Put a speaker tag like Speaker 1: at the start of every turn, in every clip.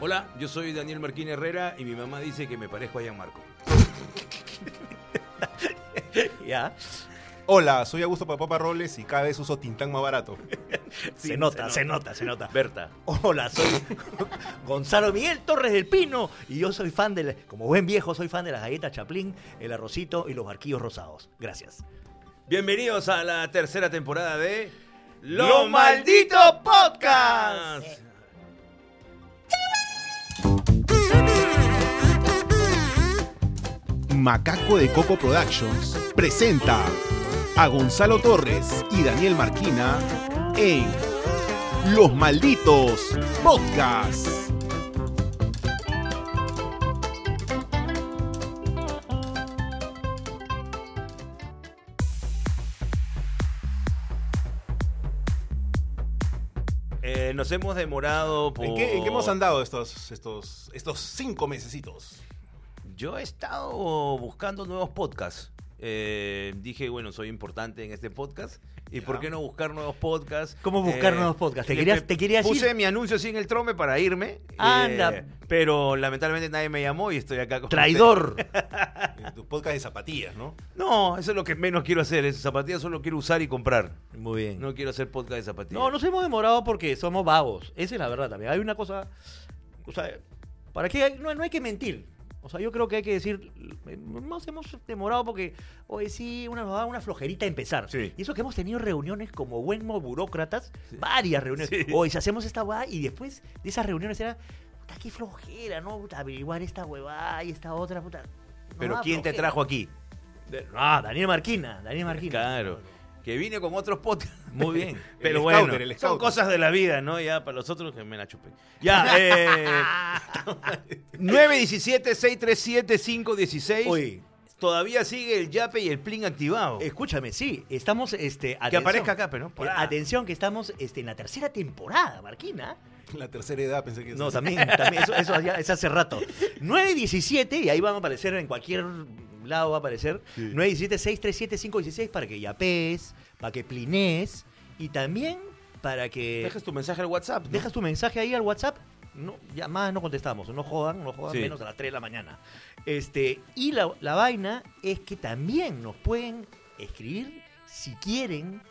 Speaker 1: Hola, yo soy Daniel Martín Herrera y mi mamá dice que me parezco a Gianmarco.
Speaker 2: Ya.
Speaker 3: Hola, soy Augusto Papá Roles y cada vez uso Tintán más barato.
Speaker 2: se, nota, se nota, se nota,
Speaker 1: Berta.
Speaker 2: Hola, soy Gonzalo Miguel Torres del Pino y yo soy fan de, la- como buen viejo, soy fan de las galletas Chaplin, el arrocito y los barquillos rosados. Gracias.
Speaker 1: Bienvenidos a la tercera temporada de Podcast.
Speaker 4: Macaco de Coco Productions presenta a Gonzalo Torres y Daniel Marquina en Los Malditos Podcasts.
Speaker 1: Eh, nos hemos demorado por...
Speaker 3: ¿En qué, en qué
Speaker 2: Oh.
Speaker 3: hemos andado estos, estos, estos cinco mesecitos?
Speaker 1: Yo he estado buscando nuevos podcasts. Eh, dije, bueno, soy importante en este podcast. ¿Y
Speaker 3: Ya.
Speaker 1: por qué no buscar nuevos podcasts? Eh,
Speaker 2: ¿Cómo buscar nuevos podcasts? ¿Te
Speaker 1: le
Speaker 2: querías-
Speaker 1: pe-
Speaker 2: te querías ir?
Speaker 1: Puse mi anuncio así en el trome para irme. Eh,
Speaker 2: Anda.
Speaker 1: pero lamentablemente nadie me llamó y estoy acá con
Speaker 2: Traidor.
Speaker 3: En tu podcast de zapatillas, ¿no?
Speaker 1: No, eso es lo que menos quiero hacer. Es zapatillas solo quiero usar y comprar.
Speaker 2: Muy bien.
Speaker 1: No quiero hacer podcast de zapatillas.
Speaker 2: No, nos hemos demorado porque somos vagos. Esa es la verdad también. Hay una cosa. O sea, ¿para qué? hay- No, no hay que mentir. O sea, yo creo que hay que decir. Nos hemos demorado porque hoy sí una, nos da una flojerita empezar.
Speaker 1: Sí.
Speaker 2: Y eso que hemos tenido reuniones como buenos burócratas, varias reuniones.
Speaker 1: Sí.
Speaker 2: Hoy si hacemos esta huevada y después de esas reuniones era. Puta, qué flojera, ¿no? Puta, averiguar esta huevada y esta otra, puta. Nos
Speaker 1: Pero
Speaker 2: da
Speaker 1: ¿quién te
Speaker 2: flojera.
Speaker 1: trajo aquí?
Speaker 2: Ah, Daniel Marquina. Daniel Marquina.
Speaker 1: Claro. Que vine con otros podcasts.
Speaker 2: Muy bien.
Speaker 1: Pero
Speaker 3: El
Speaker 1: bueno,
Speaker 3: scouter, el
Speaker 1: son
Speaker 3: scouter.
Speaker 1: cosas de la vida, ¿no? Ya para los otros que me la chupen. Ya, eh, 917-637-516.
Speaker 2: Oye.
Speaker 1: Todavía sigue el yape y el plin activado.
Speaker 2: Escúchame, sí, estamos este
Speaker 1: que
Speaker 2: atención.
Speaker 1: aparezca acá, pero no.
Speaker 2: Eh, atención que estamos este, en la tercera temporada, Marquina.
Speaker 3: La tercera edad pensé que...
Speaker 2: No, también, también eso, eso ya es hace rato. 9 y 17, y ahí van a aparecer en cualquier lado va a aparecer. 9 y 17, 6, 3, 7, 5, 16, para que yapees, para que plines, y también para que
Speaker 1: Dejas tu mensaje al WhatsApp. ¿no?
Speaker 2: dejas tu mensaje ahí al WhatsApp. No, llamadas no contestamos, no jodan, no jodan,
Speaker 1: Sí.
Speaker 2: menos a las 3 de la mañana. Este, y la, la vaina es que también nos pueden escribir si quieren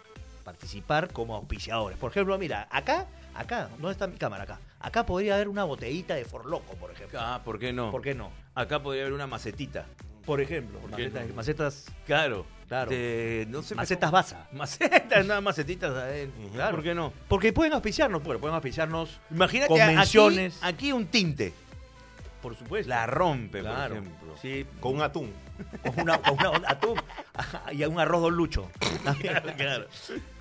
Speaker 2: participar como auspiciadores. Por ejemplo, mira, acá, acá, ¿dónde está mi cámara? Acá. Acá podría haber una botellita de Forloco, por ejemplo.
Speaker 1: Ah, ¿por qué no?
Speaker 2: ¿Por qué no?
Speaker 1: Acá podría haber una macetita.
Speaker 2: Por ejemplo,
Speaker 1: qué
Speaker 2: macetas,
Speaker 1: no?
Speaker 2: macetas,
Speaker 1: Claro.
Speaker 2: Claro.
Speaker 1: De- no sé
Speaker 2: macetas basa.
Speaker 1: Macetas, nada, macetitas. eh,
Speaker 2: Claro.
Speaker 1: ¿Por qué no?
Speaker 2: Porque pueden auspiciarnos, bueno, pueden auspiciarnos,
Speaker 1: Imagínate
Speaker 2: Convenciones.
Speaker 1: Aquí, aquí un tinte.
Speaker 2: por supuesto.
Speaker 1: La rompe,
Speaker 2: Claro.
Speaker 1: por ejemplo.
Speaker 3: Sí, con un atún.
Speaker 2: con una, con una atún y un arroz don lucho. claro.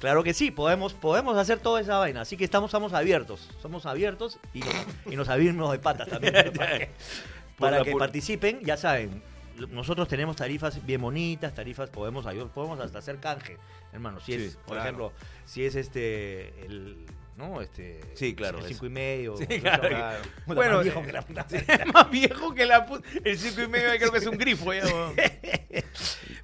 Speaker 2: claro que sí, podemos, podemos hacer toda esa vaina. Así que estamos, estamos abiertos. Somos abiertos y nos, y nos abrimos de patas también. para que,
Speaker 1: Por
Speaker 2: para
Speaker 1: la
Speaker 2: que
Speaker 1: pur-
Speaker 2: participen, ya saben. Nosotros tenemos tarifas bien bonitas, tarifas, podemos ayud- podemos hasta hacer canje, hermano. Si es,
Speaker 1: Sí,
Speaker 2: por
Speaker 1: claro.
Speaker 2: ejemplo, si es este el no, este
Speaker 1: Sí, claro,
Speaker 2: el
Speaker 1: es-
Speaker 2: cinco y medio,
Speaker 1: Sí,
Speaker 2: ocho,
Speaker 1: claro.
Speaker 2: claro. Puta,
Speaker 1: Bueno,
Speaker 2: más viejo
Speaker 1: eh,
Speaker 2: que la puta.
Speaker 1: más viejo que la puta. El 5 y medio creo que es un grifo. ¿eh? Ya, weón.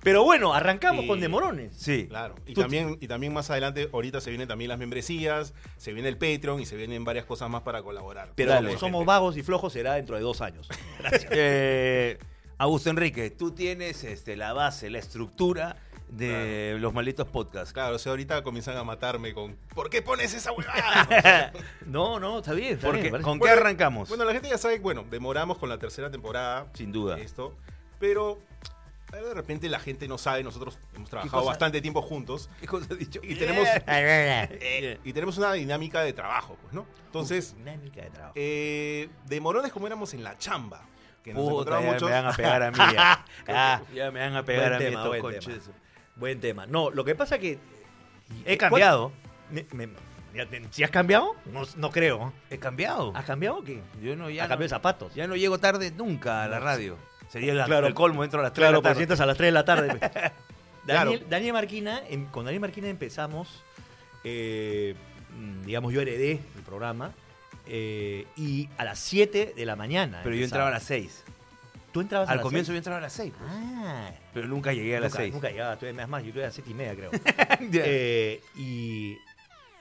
Speaker 2: Pero bueno, arrancamos
Speaker 1: Y-
Speaker 2: con demorones.
Speaker 1: sí.
Speaker 3: Claro. Y
Speaker 2: Tú-
Speaker 3: también, y también más adelante, ahorita se vienen también las membresías, se viene el Patreon y se vienen varias cosas más para colaborar.
Speaker 2: Pero
Speaker 1: Dale.
Speaker 2: como
Speaker 3: Con
Speaker 2: somos
Speaker 3: gente.
Speaker 2: vagos y flojos será dentro de dos años.
Speaker 1: Eh, Augusto Enrique, tú tienes este, la base, la estructura de los malditos podcasts.
Speaker 3: Claro, o sea, ahorita comienzan a matarme con ¿Por qué pones esa huevada?
Speaker 2: No, no, está bien. Está
Speaker 1: Porque,
Speaker 2: bien, parece-
Speaker 1: ¿Con qué
Speaker 3: Bueno,
Speaker 1: arrancamos?
Speaker 3: bueno, la gente ya sabe, bueno, demoramos con la tercera temporada.
Speaker 1: Sin duda.
Speaker 3: esto, pero eh, de repente la gente no sabe, nosotros hemos trabajado
Speaker 1: cosa?
Speaker 3: bastante tiempo juntos
Speaker 1: ¿Qué cosa has dicho?
Speaker 3: y tenemos,
Speaker 1: Eh,
Speaker 3: y tenemos una dinámica de trabajo, pues, ¿no? Entonces,
Speaker 2: Dinámica de trabajo.
Speaker 3: eh, de morones como éramos en la chamba, que nos
Speaker 1: Puta,
Speaker 3: encontramos
Speaker 1: ya
Speaker 3: muchos.
Speaker 1: me van a pegar a mí. Ya, Ah, ya me van a pegar
Speaker 2: Buen
Speaker 1: a mí
Speaker 2: tema,
Speaker 1: estos
Speaker 2: buen
Speaker 1: conches. eh,
Speaker 2: Buen tema. No, lo que pasa que... eh,
Speaker 1: He cambiado.
Speaker 2: Me- me- ya te- ¿Si has cambiado? No, no creo.
Speaker 1: He cambiado.
Speaker 2: ¿Has cambiado o qué?
Speaker 1: Ah, Yo no,
Speaker 2: ¿Has
Speaker 1: ya,
Speaker 2: cambiado de
Speaker 1: no,
Speaker 2: zapatos?
Speaker 1: ya no llego tarde nunca a la radio. Sería la-
Speaker 2: Claro.
Speaker 1: el colmo dentro de las tres de la
Speaker 2: Claro, por
Speaker 1: tarde.
Speaker 2: cientos a las 3 de la tarde. Daniel,
Speaker 3: Claro.
Speaker 2: Daniel Marquina, em- con Daniel Marquina empezamos, eh, mm, digamos, yo heredé el programa, eh, y a las 7 de la mañana.
Speaker 1: Pero yo entraba a las 6.
Speaker 2: ¿Tú entrabas a
Speaker 1: Al
Speaker 2: las
Speaker 1: comienzo
Speaker 2: seis?
Speaker 1: yo entraba a las 6.
Speaker 2: Ah,
Speaker 1: Pero nunca llegué a las
Speaker 2: nunca,
Speaker 1: 6.
Speaker 2: nunca llegaba, tú eras más, yo estuve a las 7 y media, creo. Eh, y,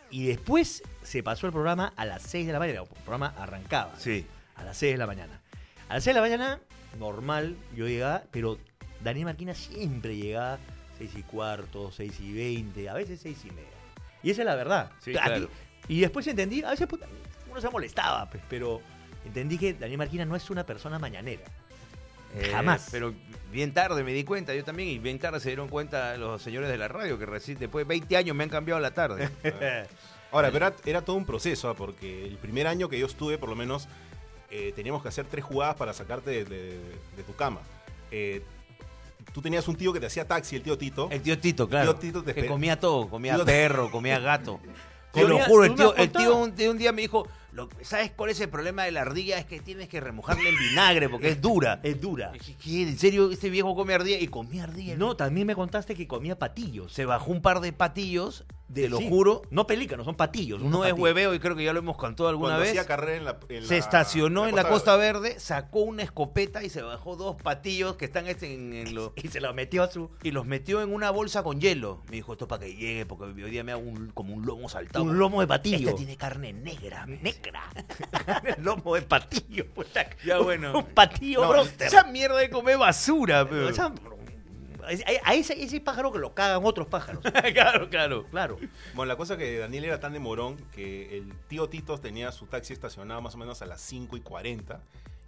Speaker 2: y después se pasó el programa a las 6 de la mañana, el programa arrancaba.
Speaker 1: Sí.
Speaker 2: a las 6 de la mañana. A las 6 de la mañana, normal, yo llegaba, pero Daniel Marquina siempre llegaba 6 y cuarto, 6 y 20, a veces 6 y media. Y esa es la verdad.
Speaker 1: Sí,
Speaker 2: A ti-
Speaker 1: claro.
Speaker 2: Y después entendí, a veces puta, uno se molestaba, pues, pero entendí que Daniel Marquina no es una persona mañanera.
Speaker 1: Eh,
Speaker 2: Jamás.
Speaker 1: Pero bien tarde me di cuenta, yo también, y bien tarde se dieron cuenta los señores de la radio que recién, después de 20 años me han cambiado la tarde.
Speaker 3: Ahora, pero era, era todo un proceso, ¿ah? porque el primer año que yo estuve, por lo menos, eh, teníamos que hacer tres jugadas para sacarte de, de- de tu cama. Eh, tú tenías un tío que te hacía taxi, el tío Tito.
Speaker 1: El tío Tito, claro.
Speaker 3: Tío Tito te
Speaker 1: que
Speaker 3: espera.
Speaker 1: comía todo, comía
Speaker 3: Tío-
Speaker 1: perro, comía gato. Te
Speaker 2: Comía-
Speaker 1: lo juro, el
Speaker 2: tú me has
Speaker 1: tío, el
Speaker 2: contado.
Speaker 1: tío un, un día me dijo, "Lo- ¿sabes cuál es el problema de la ardilla? Es que tienes que remojarle el vinagre porque es dura.
Speaker 2: es dura.
Speaker 1: Dije, "¿Qué? ¿En serio este viejo come ardilla? Y comía ardilla.
Speaker 2: No, también me contaste que comía patillos.
Speaker 1: Se bajó un par de patillos, te lo
Speaker 2: Sí.
Speaker 1: juro.
Speaker 2: No pelícanos, son patillos. unos
Speaker 1: No es
Speaker 2: patillos.
Speaker 1: hueveo y creo que ya lo hemos contado alguna
Speaker 3: Cuando
Speaker 1: vez.
Speaker 3: hacía carrera en la, en
Speaker 1: Se
Speaker 3: la-
Speaker 1: estacionó en la Costa Verde, sacó una escopeta y se bajó dos patillos que están este en, en lo-
Speaker 2: Y se lo metió a su.
Speaker 1: y los metió en una bolsa con hielo. Me dijo, esto es para que llegue, porque hoy día me hago un- como un lomo saltado.
Speaker 2: Un lomo de patillo.
Speaker 1: Esta tiene carne negra. me dice.
Speaker 2: Este negra. El lomo de patillo, puta.
Speaker 1: Ya, bueno.
Speaker 2: Un patillo
Speaker 1: No,
Speaker 2: broster.
Speaker 1: esa mierda de comer basura, pero.
Speaker 2: Esa- a- a ese, ese pájaro que lo cagan otros pájaros.
Speaker 1: claro, claro.
Speaker 2: Claro.
Speaker 3: Bueno, la cosa que Daniel era tan de morón que el tío Tito tenía su taxi estacionado más o menos a las 5 y 40.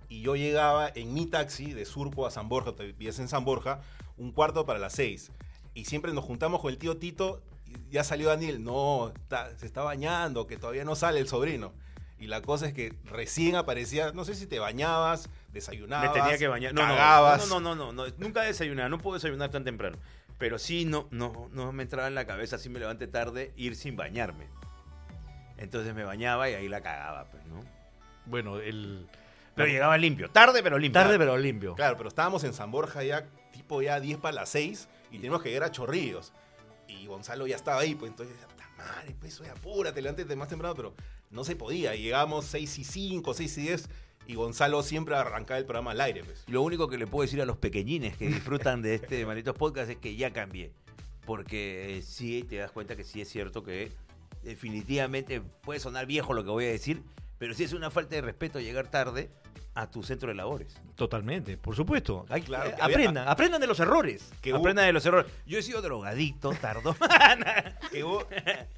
Speaker 3: Y yo llegaba en mi taxi de Surco a San Borja, te vivías en San Borja, un cuarto para las 6. Y siempre nos juntamos con el tío Tito. y ya salió Daniel, no, está- se está bañando, que todavía no sale el sobrino. Y la cosa es que recién aparecía, no sé si te bañabas,
Speaker 1: Me
Speaker 3: desayunabas.
Speaker 1: tenía que bañar. No, no,
Speaker 3: cagabas.
Speaker 1: No, no, no, no, no. Nunca desayunaba, no puedo desayunar tan temprano. Pero sí, no, no, no me entraba en la cabeza, si me levanté tarde, ir sin bañarme. Entonces me bañaba y ahí la cagaba, pues, ¿no?
Speaker 2: Bueno, el.
Speaker 1: Pero llegaba limpio. Tarde, pero limpio.
Speaker 2: Tarde pero limpio.
Speaker 3: Claro, pero estábamos en San Borja ya, tipo ya 10 para las 6 y teníamos que llegar a Chorrillos. Y Gonzalo ya estaba ahí, pues entonces, puta madre, pues soy apúrate, levántate más temprano, pero no se podía. Y llegamos 6 y 5, 6 y 10 y Gonzalo siempre arrancaba el programa al aire, pues.
Speaker 1: Lo único que le puedo decir a los pequeñines que disfrutan de este Malditos Podcast es que ya cambié. Porque eh, sí te das cuenta que sí es cierto que definitivamente puede sonar viejo lo que voy a decir, pero sí es una falta de respeto llegar tarde a tu centro de labores.
Speaker 2: Totalmente, por supuesto. Hay-
Speaker 3: Claro,
Speaker 2: eh,
Speaker 3: que había-
Speaker 2: aprendan, aprendan de los errores.
Speaker 3: Que hubo-
Speaker 1: Aprendan de los errores. Yo he sido drogadicto, tardó.
Speaker 3: que hubo-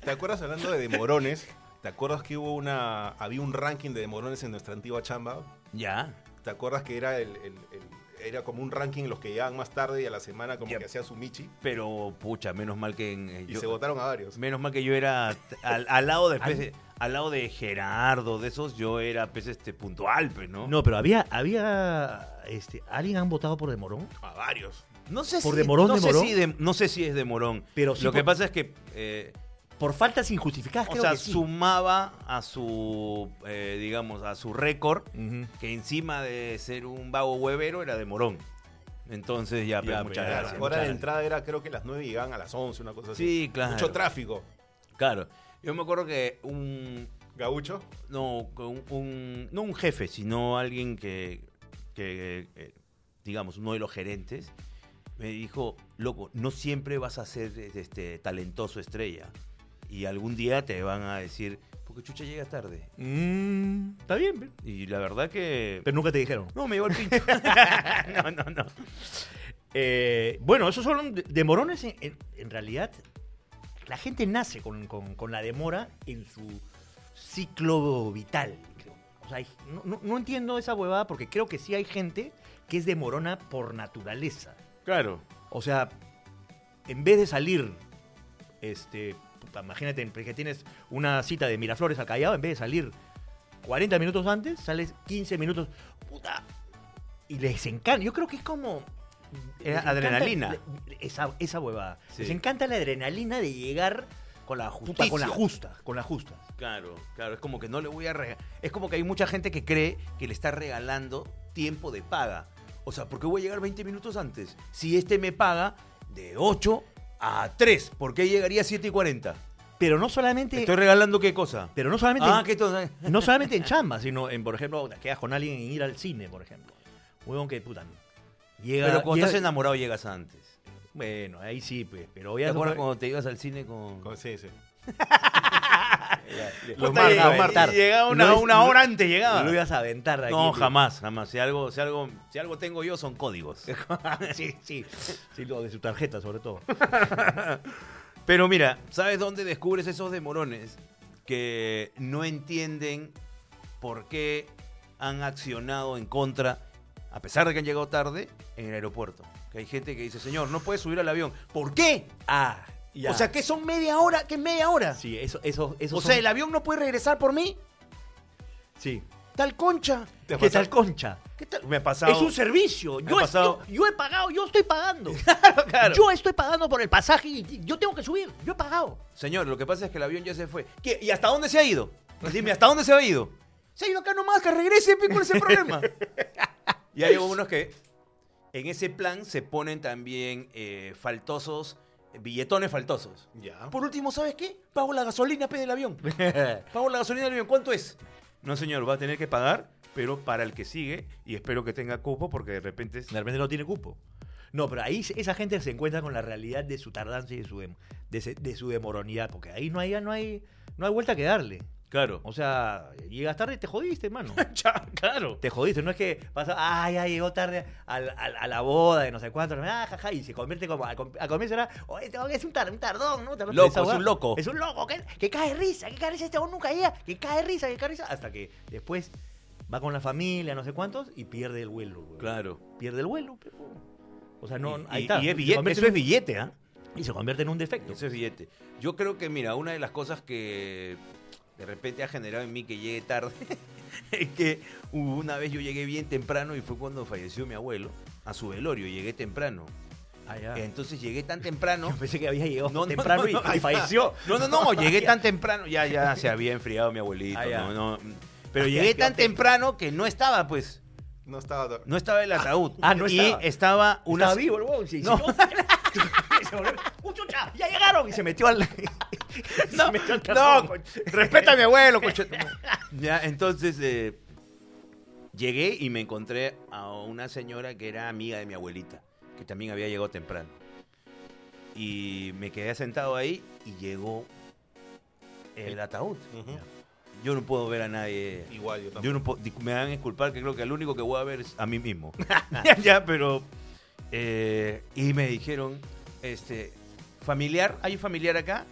Speaker 3: ¿Te acuerdas hablando de demorones? ¿Te acuerdas que hubo una, había un ranking de demorones en nuestra antigua chamba?
Speaker 1: ya.
Speaker 3: ¿Te acuerdas que era el, el- el- era como un ranking los que llegaban más tarde y a la semana como
Speaker 1: Ya.
Speaker 3: que hacía su michi?
Speaker 1: Pero, pucha, menos mal que en, eh,
Speaker 3: Y
Speaker 1: yo-
Speaker 3: se votaron a varios.
Speaker 1: Menos mal que yo era t- al, al lado de pues, eh, al lado de Gerardo, de esos, yo era pues este puntual, pues, ¿no?
Speaker 2: No, pero había, había, este, ¿alguien han votado por Demorón?
Speaker 3: A varios.
Speaker 1: No sé
Speaker 2: ¿Por
Speaker 1: si,
Speaker 2: de Morón,
Speaker 1: no
Speaker 2: de
Speaker 1: sé
Speaker 2: Morón?
Speaker 1: si de- no sé si es de Morón.
Speaker 2: Pero sí
Speaker 1: Lo que
Speaker 2: por-
Speaker 1: pasa es que, eh,
Speaker 2: Por faltas injustificadas,
Speaker 1: o
Speaker 2: creo
Speaker 1: sea,
Speaker 2: que sí.
Speaker 1: sumaba a su, eh, digamos, a su récord,
Speaker 2: Ujú.
Speaker 1: que encima de ser un vago huevero era de Morón. Entonces ya, pero
Speaker 2: Ya,
Speaker 1: muchas
Speaker 2: pero
Speaker 3: Claro,
Speaker 1: gracias.
Speaker 3: la hora
Speaker 1: muchas
Speaker 3: de
Speaker 1: gracias.
Speaker 3: entrada era creo que las 9 y llegaban a las 11, una cosa así.
Speaker 1: Sí, claro.
Speaker 3: Mucho tráfico.
Speaker 1: Claro. Yo me acuerdo que un
Speaker 3: Gaucho.
Speaker 1: No, con un, no un jefe, sino alguien que, que, eh, digamos, uno de los gerentes, me dijo, loco, no siempre vas a ser eh, este, talentoso estrella. Y algún día te van a decir, porque Chucha llega tarde.
Speaker 2: Mm, está bien, pero-
Speaker 1: Y la verdad que...
Speaker 2: pero nunca te dijeron.
Speaker 1: No, me llevó el pincho. no, no, no.
Speaker 2: Eh, bueno, esos son de- demorones. En, en- en realidad, la gente nace con, con- con la demora en su ciclo vital. creo. O sea, hay- no, no- no entiendo esa huevada porque creo que sí hay gente que es demorona por naturaleza.
Speaker 1: Claro.
Speaker 2: O sea, en vez de salir, este, puta, imagínate que tienes una cita de Miraflores al Callao, en vez de salir 40 minutos antes, sales 15 minutos. Puta. Y les encanta. Yo creo que es como.
Speaker 1: Eh,
Speaker 2: les encanta-
Speaker 1: adrenalina.
Speaker 2: le- Esa, esa huevada.
Speaker 1: Sí.
Speaker 2: Les encanta la adrenalina de llegar
Speaker 1: Con la
Speaker 2: puta,
Speaker 1: justicia.
Speaker 2: con las justas. Con las justas.
Speaker 1: Claro, claro, es como que no le voy a regalar. Es como que hay mucha gente que cree que le está regalando tiempo de paga. O sea, ¿por qué voy a llegar 20 minutos antes? Si este me paga de 8 a 3, ¿por qué llegaría a 7 y 40?
Speaker 2: Pero no
Speaker 1: ¿Te
Speaker 2: solamente.
Speaker 1: estoy regalando qué cosa?
Speaker 2: Pero no solamente.
Speaker 1: Ah,
Speaker 2: en-
Speaker 1: qué tonto.
Speaker 2: No solamente en chamba, sino en, por ejemplo, quedas con alguien en ir al cine, por ejemplo. Huevón que puta. Llega,
Speaker 1: Pero cuando
Speaker 2: llega-
Speaker 1: estás enamorado llegas antes.
Speaker 2: Bueno, ahí sí, pues, pero
Speaker 1: ¿Te
Speaker 2: obviamente.
Speaker 1: acuerdas cuando te ibas al cine con...?
Speaker 3: Con- Sí, sí.
Speaker 1: Los
Speaker 2: Puta,
Speaker 1: martes,
Speaker 2: llegaba-
Speaker 1: los martes.
Speaker 2: llegaba
Speaker 1: eh, Una,
Speaker 2: Luis-
Speaker 1: una hora antes llegaba.
Speaker 2: Lo ibas a aventar aquí.
Speaker 1: No,
Speaker 2: tío.
Speaker 1: jamás, jamás. Si algo, si algo, si algo tengo yo son códigos.
Speaker 2: sí, sí. Sí, lo de su tarjeta, sobre todo.
Speaker 1: Pero mira, ¿sabes dónde descubres esos demorones que no entienden por qué han accionado en contra, a pesar de que han llegado tarde, en el aeropuerto? Que hay gente que dice, señor, no puede subir al avión. ¿Por qué?
Speaker 2: Ah, ya.
Speaker 1: O sea, ¿qué son media hora? ¿Qué es media hora?
Speaker 2: Sí, eso, eso, eso
Speaker 1: o
Speaker 2: son-
Speaker 1: sea, ¿el avión no puede regresar por mí?
Speaker 2: Sí.
Speaker 1: Tal concha.
Speaker 3: ¿Te
Speaker 2: ¿Qué
Speaker 3: pasa?
Speaker 2: tal concha?
Speaker 1: ¿Qué tal? Me ha pasado.
Speaker 2: Es un servicio. Yo,
Speaker 1: ha
Speaker 2: es-
Speaker 1: pasado-
Speaker 2: yo- yo he pagado, yo estoy pagando.
Speaker 1: claro.
Speaker 2: Yo estoy pagando por el pasaje y- y yo tengo que subir. Yo he pagado.
Speaker 1: Señor, lo que pasa es que el avión ya se fue. ¿Qué? ¿Y hasta dónde se ha ido? Pues Dime, ¿hasta dónde se ha ido? Se ha ido acá nomás, que regrese, pe, ¿cuál es el problema? y hay algunos que en ese plan se ponen también eh, faltosos, billetones faltosos.
Speaker 3: Ya.
Speaker 1: Por último, ¿sabes qué? Pago la gasolina, pe, del avión. Pago la gasolina del avión, ¿cuánto es? Eh. No, señor, va a tener que pagar, pero para el que sigue, y espero que tenga cupo, porque de repente... es-
Speaker 2: De repente no tiene cupo. No, pero ahí esa gente se encuentra con la realidad de su tardanza y de su, dem- de, se- de su demoronidad, porque ahí no hay, no, hay, no hay vuelta que darle.
Speaker 1: Claro.
Speaker 2: O sea, llegas tarde y te jodiste, hermano.
Speaker 1: Cha- claro.
Speaker 2: Te jodiste, no es que pasa, ah, ya llegó tarde al- al- a la boda de no sé cuánto, ah, jaja, y se convierte como, al, com- al comienzo era, "Oh, este huevón es un, tar- un tardón, ¿no? Tardón de
Speaker 1: Loco,
Speaker 2: esa
Speaker 1: es
Speaker 2: hueá".
Speaker 1: un loco.
Speaker 2: Es un loco, que, que cae risa, que cae risa, este huevón nunca llega, que cae risa, que cae risa, hasta que después va con la familia, no sé cuántos, y pierde el vuelo, huevón.
Speaker 1: Claro.
Speaker 2: Pierde el vuelo, pero, o sea, no,
Speaker 1: Y-
Speaker 2: ahí
Speaker 1: y-
Speaker 2: está.
Speaker 1: y es
Speaker 2: Se
Speaker 1: billete,
Speaker 2: convierte
Speaker 1: eso es
Speaker 2: en un-
Speaker 1: billete, ¿ah?
Speaker 2: Y se convierte en un defecto.
Speaker 1: Eso es billete. Yo creo que, mira, una de las cosas que de repente ha generado en mí que llegue tarde es que hubo una vez yo llegué bien temprano y fue cuando falleció mi abuelo a su velorio. Llegué temprano.
Speaker 2: Ah, ya.
Speaker 1: Entonces llegué tan temprano.
Speaker 2: Yo pensé que había llegado
Speaker 1: No, no,
Speaker 2: temprano
Speaker 1: no,
Speaker 2: y-
Speaker 1: no,
Speaker 2: y,
Speaker 1: ahí está.
Speaker 2: falleció.
Speaker 1: No, no, no, llegué
Speaker 2: Ya.
Speaker 1: tan temprano. Ya, ya se había enfriado mi abuelito.
Speaker 2: Ah, ya.
Speaker 1: no, no. Pero
Speaker 2: Ah, ya,
Speaker 1: llegué
Speaker 2: ya
Speaker 1: tan
Speaker 2: te-
Speaker 1: temprano que no estaba, pues.
Speaker 3: No estaba.
Speaker 1: No estaba el ataúd.
Speaker 2: Ah, no estaba.
Speaker 1: Y estaba una.
Speaker 2: Una vivo el huevón, sí, sí.
Speaker 1: No.
Speaker 2: Se volvió, ¡Uh, chucha! ¡Ya llegaron! Y se metió al. se
Speaker 1: No,
Speaker 2: metió al cajón.
Speaker 1: no, respeta a mi abuelo, coche. Ya, entonces eh, llegué y me encontré a una señora que era amiga de mi abuelita, que también había llegado temprano. Y me quedé sentado ahí y llegó el ataúd.
Speaker 3: Ujú.
Speaker 1: Yo no puedo ver a nadie.
Speaker 3: Igual yo tampoco.
Speaker 1: Yo no puedo- dis- me van a disculpar que creo que el único que voy a ver es a mí mismo. ya, ya, pero. eh, y me dijeron, este, familiar, ¿hay un familiar acá?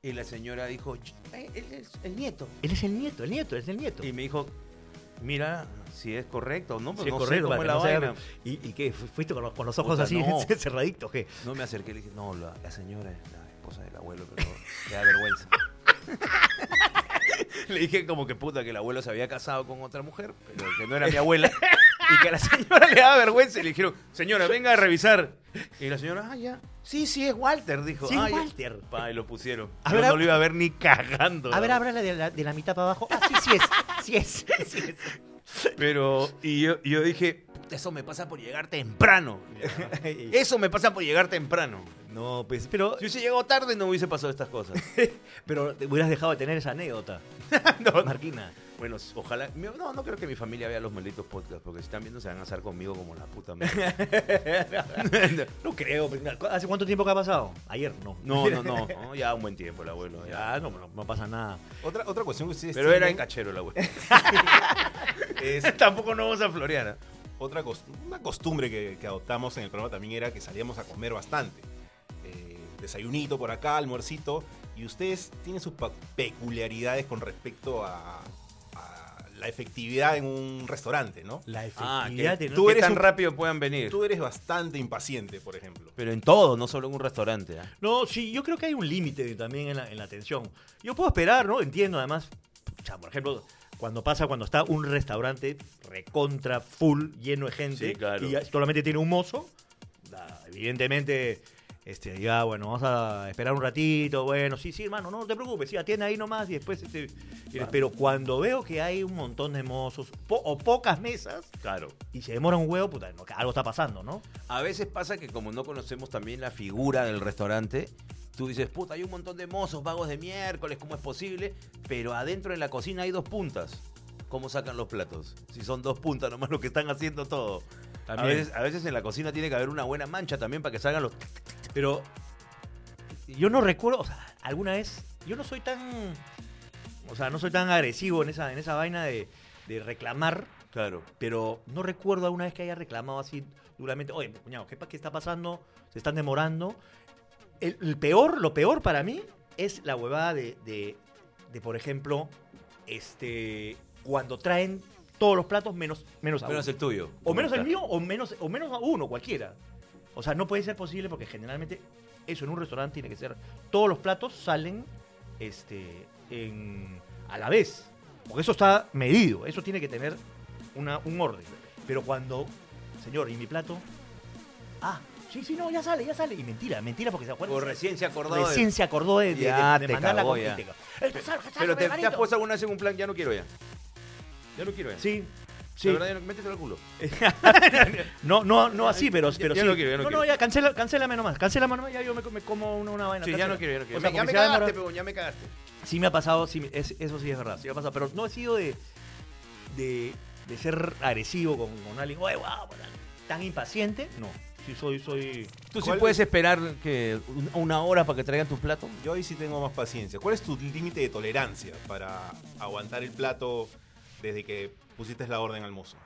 Speaker 1: Y la señora dijo, "Ch- eh, él es el nieto.
Speaker 2: Él es el nieto, el nieto, es el nieto.
Speaker 1: Y me dijo, mira si es correcto o no, pues
Speaker 2: Sí,
Speaker 1: no sé
Speaker 2: correcto,
Speaker 1: cómo
Speaker 2: para
Speaker 1: es la
Speaker 2: que no se
Speaker 1: vaina.
Speaker 2: haga- ¿Y, y qué? Fu- ¿Fuiste con los, con los ojos
Speaker 1: Puta,
Speaker 2: así
Speaker 1: no.
Speaker 2: cerraditos? ¿Qué?
Speaker 1: No me acerqué, le dije, no, la, la señora es la esposa del abuelo, pero le da vergüenza. le dije como que puta que el abuelo se había casado con otra mujer, pero que no era mi abuela, y que a la señora le daba vergüenza. Y le dijeron, señora, venga a revisar. Y la señora, ah, ya. Sí, sí, es Walter, dijo.
Speaker 2: Sí, es
Speaker 1: "Ah, ya".
Speaker 2: Walter.
Speaker 1: Pa, y lo pusieron.
Speaker 2: A
Speaker 1: Yo
Speaker 2: ver,
Speaker 1: no
Speaker 2: a-
Speaker 1: lo iba a ver ni cagando.
Speaker 2: A ver, ábrala de la, de la mitad para abajo. Ah, sí, sí es. Sí es. Sí es.
Speaker 1: Pero, y yo, y yo dije, puta, eso me pasa por llegar temprano. Eso me pasa por llegar temprano.
Speaker 2: no, pues, pero,
Speaker 1: Si hubiese llegado tarde no hubiese pasado estas cosas.
Speaker 2: pero te hubieras dejado de tener esa anécdota,
Speaker 1: No,
Speaker 2: Marquina.
Speaker 1: Bueno, s- ojalá. mi- No, no creo que mi familia vea los malditos podcasts, porque si están viendo se van a asar conmigo como la puta madre.
Speaker 2: No creo. Marquina. ¿Hace cuánto tiempo que ha pasado? Ayer, no.
Speaker 1: No, no, no, no, Ya un buen tiempo el abuelo. ya.
Speaker 2: Ya, no, no, no pasa nada.
Speaker 3: Otra, otra cuestión que ustedes
Speaker 1: Pero era en
Speaker 3: tienen
Speaker 1: cachero el abuelo.
Speaker 3: es
Speaker 1: Tampoco no vamos a florear. ¿ah?
Speaker 3: otra cos- una costumbre que, que adoptamos en el programa también era que salíamos a comer bastante. Eh, desayunito por acá, almuercito. Y ustedes tienen sus pa- peculiaridades con respecto a, a la efectividad en un restaurante, ¿no?
Speaker 2: La
Speaker 1: Ah, que,
Speaker 2: efectividad de
Speaker 1: que
Speaker 3: tú eres
Speaker 1: tan
Speaker 3: un-
Speaker 1: rápido puedan venir.
Speaker 3: Tú eres bastante impaciente, por ejemplo.
Speaker 1: Pero en todo, no solo en un restaurante. ¿ah?
Speaker 2: No, sí, yo creo que hay un límite también en la, en la atención. Yo puedo esperar, ¿no? Entiendo, además. O sea, por ejemplo, cuando pasa, cuando está un restaurante recontra, full, lleno de gente,
Speaker 1: Sí, claro.
Speaker 2: y ya solamente tiene un mozo, da, evidentemente, este, ya, bueno, vamos a esperar un ratito, bueno, sí, sí, hermano, no te preocupes, sí, atiende ahí nomás y después... este, tienes- Pero cuando veo que hay un montón de mozos po- o pocas mesas
Speaker 1: Claro.
Speaker 2: y se demora un huevo, puta, no, que algo está pasando, ¿no?
Speaker 1: A veces pasa que como no conocemos también la figura del restaurante, tú dices, puta, hay un montón de mozos, vagos de miércoles, ¿cómo es posible? Pero adentro en la cocina hay dos puntas. ¿Cómo sacan los platos? Si son dos puntas nomás lo que están haciendo todo. A
Speaker 2: También.
Speaker 1: veces, a veces en la cocina tiene que haber una buena mancha también para que salgan los...
Speaker 2: Pero yo no recuerdo, o sea, alguna vez, yo no soy tan O sea, no soy tan agresivo en esa, en esa vaina de, de reclamar,
Speaker 1: Claro.
Speaker 2: pero no recuerdo alguna vez que haya reclamado así duramente. Oye, cuñado, ¿qué, pa- qué está pasando? Se están demorando. El, el peor, lo peor para mí es la huevada de, de- de, por ejemplo, este, cuando traen todos los platos menos, menos a
Speaker 1: Menos
Speaker 2: uno.
Speaker 1: el tuyo.
Speaker 2: O menos el
Speaker 1: Claro.
Speaker 2: mío o menos, o menos a uno, cualquiera. O sea, no puede ser posible porque generalmente eso en un restaurante tiene que ser. Todos los platos salen este, en- a la vez. Porque eso está medido, eso tiene que tener una, un orden. Pero cuando, señor, ¿y mi plato? Ah, sí, sí, no, ya sale, ya sale. Y mentira, mentira porque se acuerda.
Speaker 1: O recién se acordó. de-
Speaker 2: Recién se acordó de, de,
Speaker 1: Ya
Speaker 2: de- de
Speaker 1: te
Speaker 2: mandar la
Speaker 1: cagó,
Speaker 2: comida.
Speaker 1: ya.
Speaker 2: Te cagó. Eh, que salga, que salga,
Speaker 1: Pero te, te has
Speaker 2: Margarito.
Speaker 1: puesto alguna vez en un plan, ya no quiero ya. Ya no quiero ya.
Speaker 2: Sí, sí.
Speaker 1: La verdad, ya no- métetelo al culo.
Speaker 2: No, no, no así, pero, pero
Speaker 1: ya
Speaker 2: sí.
Speaker 1: no quiero, ya no
Speaker 2: no,
Speaker 1: quiero.
Speaker 2: ya cancela, cancélame nomás. Cancélame nomás, ya yo me, co- me como una, una vaina.
Speaker 1: Sí, ya
Speaker 2: cancela.
Speaker 1: no quiero, ya no quiero.
Speaker 2: O sea,
Speaker 1: Ya me- ya
Speaker 2: como
Speaker 1: me
Speaker 2: si ya
Speaker 1: cagaste,
Speaker 2: demora-
Speaker 1: pero ya me cagaste.
Speaker 2: Sí me ha pasado, sí, me- es- eso sí es verdad, sí me ha pasado. Pero no he sido de, de, de ser agresivo con, con alguien. Oye, guau, guau, tan impaciente. No, sí soy, soy...
Speaker 1: ¿Tú sí
Speaker 3: ¿Cuál
Speaker 1: puedes esperar que un- una hora para que traigan tu plato?
Speaker 3: Yo ahí sí tengo más paciencia. ¿Cuál es tu límite de tolerancia para aguantar el plato desde que pusiste la orden al mozo?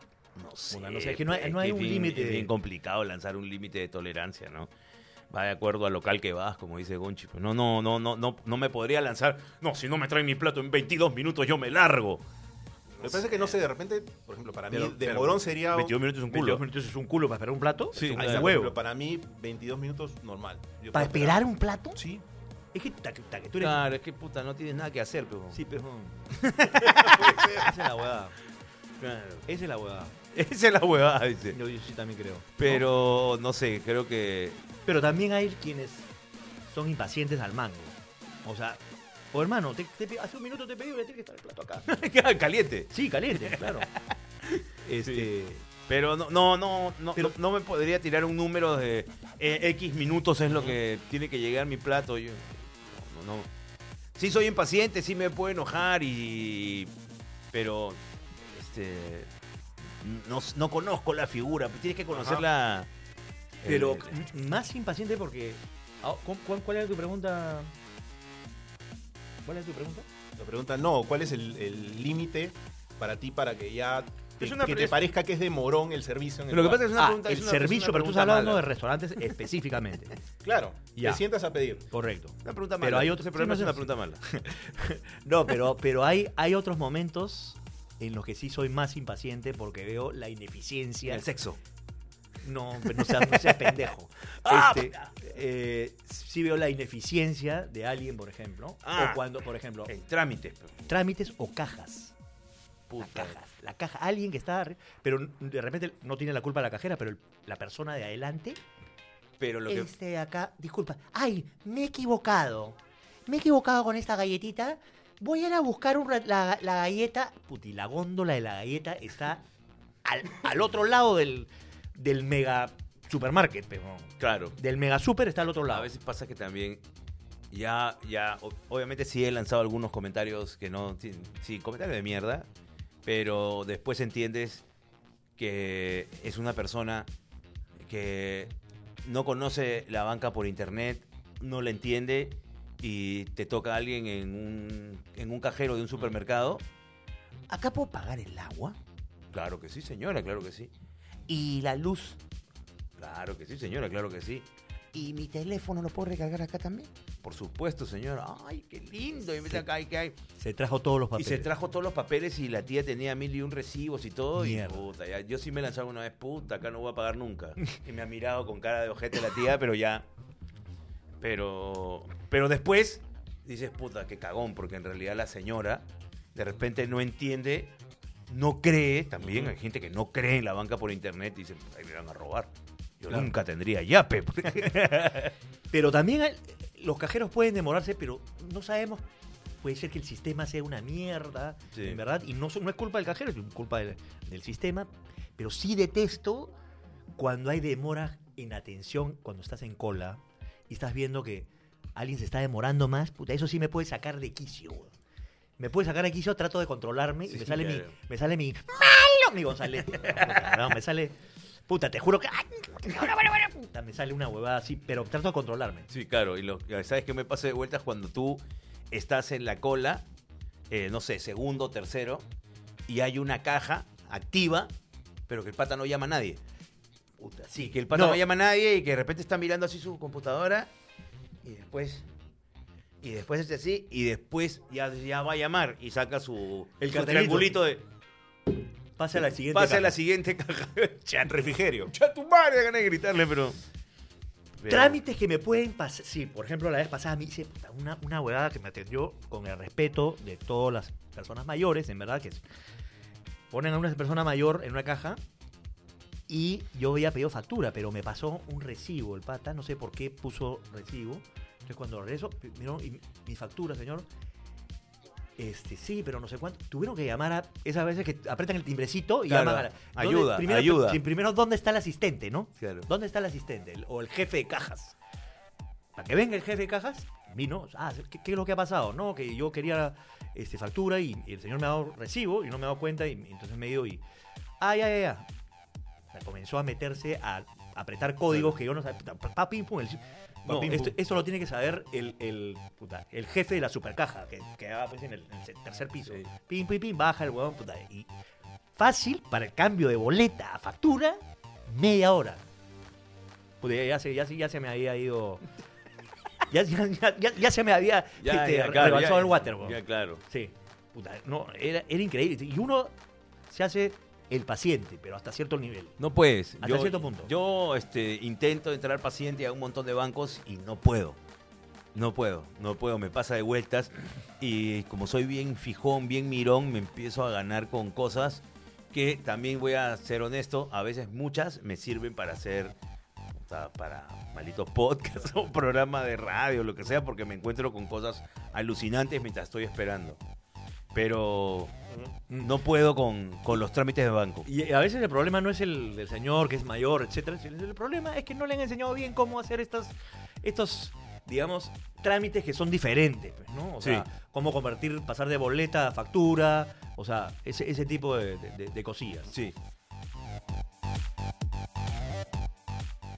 Speaker 1: No sé.
Speaker 2: no sé, es que no hay-
Speaker 1: pe,
Speaker 2: no hay
Speaker 1: es
Speaker 2: un
Speaker 1: bien-
Speaker 2: límite.
Speaker 1: Es bien complicado lanzar un límite de tolerancia, ¿no? Va de acuerdo al local que vas, como dice Gonchi. pues, No, no, no, no, no, no me podría lanzar. No, si no me traen mi plato en 22 minutos, yo me largo.
Speaker 3: Me parece que no sé, de repente, por ejemplo, para mí,
Speaker 1: Pero-
Speaker 3: de
Speaker 1: pero-
Speaker 3: morón sería.
Speaker 1: 22 minutos es un culo.
Speaker 2: 22 minutos es un culo para esperar un plato.
Speaker 1: Sí,
Speaker 2: Es un
Speaker 3: Ahí está, por
Speaker 2: huevo.
Speaker 3: ejemplo, para mí, 22 minutos normal. Yo
Speaker 2: ¿Para
Speaker 3: puedo
Speaker 2: esperar un plato?
Speaker 3: Sí.
Speaker 2: Es que, ta- que- ta- que tú eres...
Speaker 1: Claro, es que puta, no tienes nada que hacer, pero.
Speaker 2: Sí, pero... Esa es la huevada. Esa es la huevada.
Speaker 1: Esa es la huevada, dice.
Speaker 2: Yo, yo sí también creo.
Speaker 1: Pero no sé, creo que.
Speaker 2: Pero también hay quienes son impacientes al mango. O sea, o hermano, te, te pe- hace un minuto te pedí, ya tiene que estar el plato acá.
Speaker 1: Caliente.
Speaker 2: Sí, caliente, claro. Este,
Speaker 1: Pero no, no, no, no,
Speaker 2: Pero-
Speaker 1: no, no me podría tirar un número de eh, X minutos es lo
Speaker 2: Eh,
Speaker 1: que tiene que llegar mi plato. Yo, no, no, no. Sí soy impaciente, sí me puedo enojar y. Pero. Este. No, no conozco la figura, tienes que conocerla.
Speaker 2: pero
Speaker 1: Eh,
Speaker 2: m- más impaciente porque. ah, ¿cu- cuál, cuál era tu pregunta? ¿Cuál era tu pregunta?
Speaker 3: Me preguntan, no, ¿cuál es el el límite para ti para que ya. te-
Speaker 1: Es una
Speaker 3: que
Speaker 1: pre-
Speaker 3: te
Speaker 1: es-
Speaker 3: parezca que es de morón el servicio en el
Speaker 1: Lo que pasa
Speaker 3: lugar.
Speaker 1: es una
Speaker 2: Ah,
Speaker 1: pregunta-
Speaker 2: el
Speaker 1: es una- es una
Speaker 2: servicio, pero tú
Speaker 1: pregunta
Speaker 2: estás hablando
Speaker 1: mala.
Speaker 2: de restaurantes específicamente.
Speaker 3: Claro,
Speaker 2: Ya.
Speaker 3: te sientas a pedir.
Speaker 2: Correcto.
Speaker 1: Una pregunta mala.
Speaker 2: Pero hay otro-
Speaker 1: Ese programa
Speaker 2: sí, no
Speaker 1: es
Speaker 2: sé,
Speaker 1: una pregunta mala.
Speaker 2: No, pero, pero hay, hay otros momentos en los que sí soy más impaciente porque veo la ineficiencia.
Speaker 1: El sexo.
Speaker 2: No, pero no seas, no seas pendejo.
Speaker 1: Ah,
Speaker 2: Este, eh, sí veo la ineficiencia de alguien, por ejemplo.
Speaker 1: Ah.
Speaker 2: o cuando, por ejemplo,
Speaker 1: En trámites.
Speaker 2: trámites o cajas. La caja, la caja. Alguien que está... arri- Pero de repente no tiene la culpa la cajera, pero el- la persona de adelante...
Speaker 1: Pero lo que.
Speaker 2: Este de acá... Disculpa. ¡Ay! Me he equivocado. Me he equivocado con esta galletita. Voy a ir a buscar un ra- la, la galleta. Puti, la góndola de la galleta está al, al otro lado del, del mega supermarket, pero
Speaker 1: Claro.
Speaker 2: del mega super está al otro
Speaker 1: A
Speaker 2: lado.
Speaker 1: veces pasa que también ya, ya, o- obviamente sí he lanzado algunos comentarios que no, ti- sí, comentarios de mierda, pero después entiendes que es una persona que no conoce la banca por internet, no la entiende y te toca a alguien en un, en un cajero de un supermercado.
Speaker 2: Acá puedo pagar el agua
Speaker 1: Claro que sí, señora, claro que sí.
Speaker 2: y la luz.
Speaker 1: Claro que sí, señora, claro que sí.
Speaker 2: Y mi teléfono lo puedo recargar acá también.
Speaker 1: Por supuesto, señora. Ay, qué lindo. Y mete acá, ay, que hay.
Speaker 2: Se trajo todos los
Speaker 1: Y
Speaker 2: papeles.
Speaker 1: se trajo todos los papeles y la tía tenía mil y un recibos y todo.
Speaker 2: Mierda.
Speaker 1: Y puta, ya, yo sí me lanzaba una vez, puta, acá no voy a pagar nunca. Y me ha mirado con cara de ojete la tía, pero ya. Pero. Pero después dices, puta, qué cagón, porque en realidad la señora de repente no entiende, no cree. También hay gente que no cree en la banca por internet y dice, ahí me van a robar. Yo
Speaker 2: Claro.
Speaker 1: nunca tendría yape.
Speaker 2: Pero también hay- los cajeros pueden demorarse, pero no sabemos. Puede ser que el sistema sea una mierda,
Speaker 1: Sí.
Speaker 2: en verdad. Y no, so- no es culpa del cajero, es culpa del, del sistema. Pero sí detesto cuando hay demoras en atención, cuando estás en cola y estás viendo que alguien se está demorando más. Puta, eso sí me puede sacar de quicio. weón. Me puede sacar de quicio, trato de controlarme y
Speaker 1: Sí,
Speaker 2: me sale,
Speaker 1: claro.
Speaker 2: mi, me sale mi... ¡Malo! Mi González. No, me sale... Puta, te juro que... ¡Ay! Puta, me sale una huevada así, pero trato de controlarme.
Speaker 1: Sí, claro. Y lo, ¿sabes qué me pasa de vueltas cuando tú estás en la cola eh, no sé, segundo, tercero, y hay una caja activa, pero que el pata no llama a nadie.
Speaker 2: Puta,
Speaker 1: Sí, que el pata no,
Speaker 2: No.
Speaker 1: llama a nadie y que de repente está mirando así su computadora y después. Y después es así y después ya, ya va a llamar y saca su,
Speaker 2: El
Speaker 1: su
Speaker 2: cartelito.
Speaker 1: triangulito de.
Speaker 2: Pasa a la siguiente.
Speaker 1: Pasa a la
Speaker 2: caja.
Speaker 1: siguiente caja.
Speaker 3: Chan, refrigerio.
Speaker 1: ¡Cha tu madre! Gané de gritarle, pero. pero-
Speaker 2: Trámites que me pueden pasar. Sí, por ejemplo, la vez pasada me hice puta, una, una huevada que me atendió con el respeto de todas las personas mayores, en verdad, que es- ponen a una persona mayor en una caja y yo había pedido factura, pero me pasó un recibo el pata, no sé por qué puso recibo. Entonces cuando regreso, pi- miraron, y mi factura, señor. Este, sí, pero no sé cuánto. Tuvieron que llamar a esas veces que apretan el timbrecito y
Speaker 1: Claro,
Speaker 2: llaman a la- ¿Dónde-
Speaker 1: ayuda,
Speaker 2: primero,
Speaker 1: ayuda.
Speaker 2: Primero, ¿dónde está el asistente, no?
Speaker 1: Claro.
Speaker 2: ¿Dónde está el asistente? El- o el jefe de cajas. Para que venga el jefe de cajas, vino. Ah, ¿qué, qué es lo que ha pasado? No, que yo quería este, factura y, y el señor me ha dado recibo y no me ha dado cuenta y, y entonces me he ido y. Ah, ya, ya, ya. O sea, comenzó a meterse a apretar códigos que yo no sabía. Puta, pa- pa, pim, pum, el- No,
Speaker 3: pim,
Speaker 2: esto,
Speaker 3: pum.
Speaker 2: esto lo tiene que saber el, el, puta, el jefe de la supercaja, que quedaba pues, en, el, en el tercer piso.
Speaker 3: Sí.
Speaker 2: Pim, pim, pim, baja el huevón, puta. Y fácil para el cambio de boleta a factura, media hora. Puta, ya, ya se, ya, se- ya se me había ido. Ya, ya, ya- ya- ya se me había este,
Speaker 1: claro,
Speaker 2: rebasado
Speaker 1: ya,
Speaker 2: el water, huevón.
Speaker 1: Ya, claro.
Speaker 2: Sí. Puta, no, era, era increíble. Y uno se hace el paciente, pero hasta cierto nivel.
Speaker 1: No puedes.
Speaker 2: Hasta
Speaker 1: yo,
Speaker 2: cierto punto.
Speaker 1: Yo este, intento entrar paciente a un montón de bancos y no puedo. No puedo, no puedo, me pasa de vueltas y como soy bien fijón, bien mirón, me empiezo a ganar con cosas que también voy a ser honesto, a veces muchas me sirven para hacer o sea, para malditos podcasts o programa de radio, lo que sea, porque me encuentro con cosas alucinantes mientras estoy esperando. Pero no puedo con, con los trámites de banco.
Speaker 2: Y a veces el problema no es el del señor que es mayor, etcétera. sino El problema es que no le han enseñado bien cómo hacer estas, estos, digamos, trámites que son diferentes, pues, ¿no? O sea,
Speaker 1: Sí.
Speaker 2: cómo convertir, pasar de boleta a factura, o sea, ese, ese tipo de, de- de cosillas.
Speaker 1: Sí.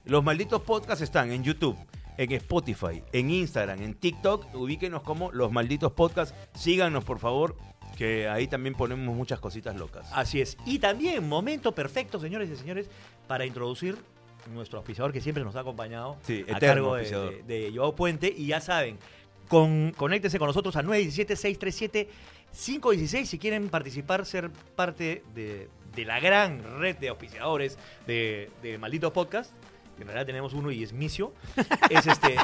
Speaker 1: Los malditos podcasts están en YouTube, en Spotify, en Instagram, en TikTok. Ubíquenos como los malditos podcasts. Síganos, por favor, que ahí también ponemos muchas cositas locas.
Speaker 2: Así es. Y también, momento perfecto, señores y señores, para introducir nuestro auspiciador que siempre nos ha acompañado
Speaker 1: Sí,
Speaker 2: a
Speaker 1: eterno
Speaker 2: cargo de,
Speaker 1: auspiciador.
Speaker 2: de- de Joao Puente. Y ya saben, con, conéctense con nosotros al 917-637-516 si quieren participar, ser parte de, de la gran red de auspiciadores de, de Malditos Podcast. En realidad tenemos uno y es Micio. Es este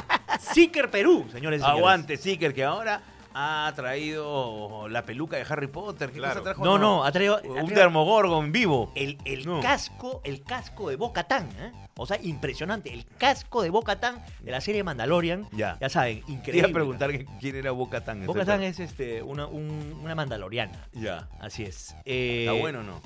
Speaker 2: Seeker Perú, señores y señores.
Speaker 1: Aguante, Seeker, que ahora ha traído la peluca de Harry Potter. ¿Qué
Speaker 3: Claro.
Speaker 1: cosa trajo?
Speaker 2: No, Eh, no, ha traído- ha
Speaker 1: Un
Speaker 2: traído-
Speaker 1: Dermogorgon vivo.
Speaker 2: El, el
Speaker 1: No.
Speaker 2: casco, el casco de Boca Tan, ¿eh? O sea, impresionante. El casco de Boca Tan de la serie Mandalorian.
Speaker 1: Ya.
Speaker 2: Ya saben,
Speaker 1: Quería
Speaker 2: increíble.
Speaker 1: preguntar que- quién era Boca Tan.
Speaker 2: Boca Tan es este, una, un- una mandaloriana.
Speaker 1: Ya.
Speaker 2: Así es.
Speaker 1: ¿Está
Speaker 2: Eh,
Speaker 1: bueno o no?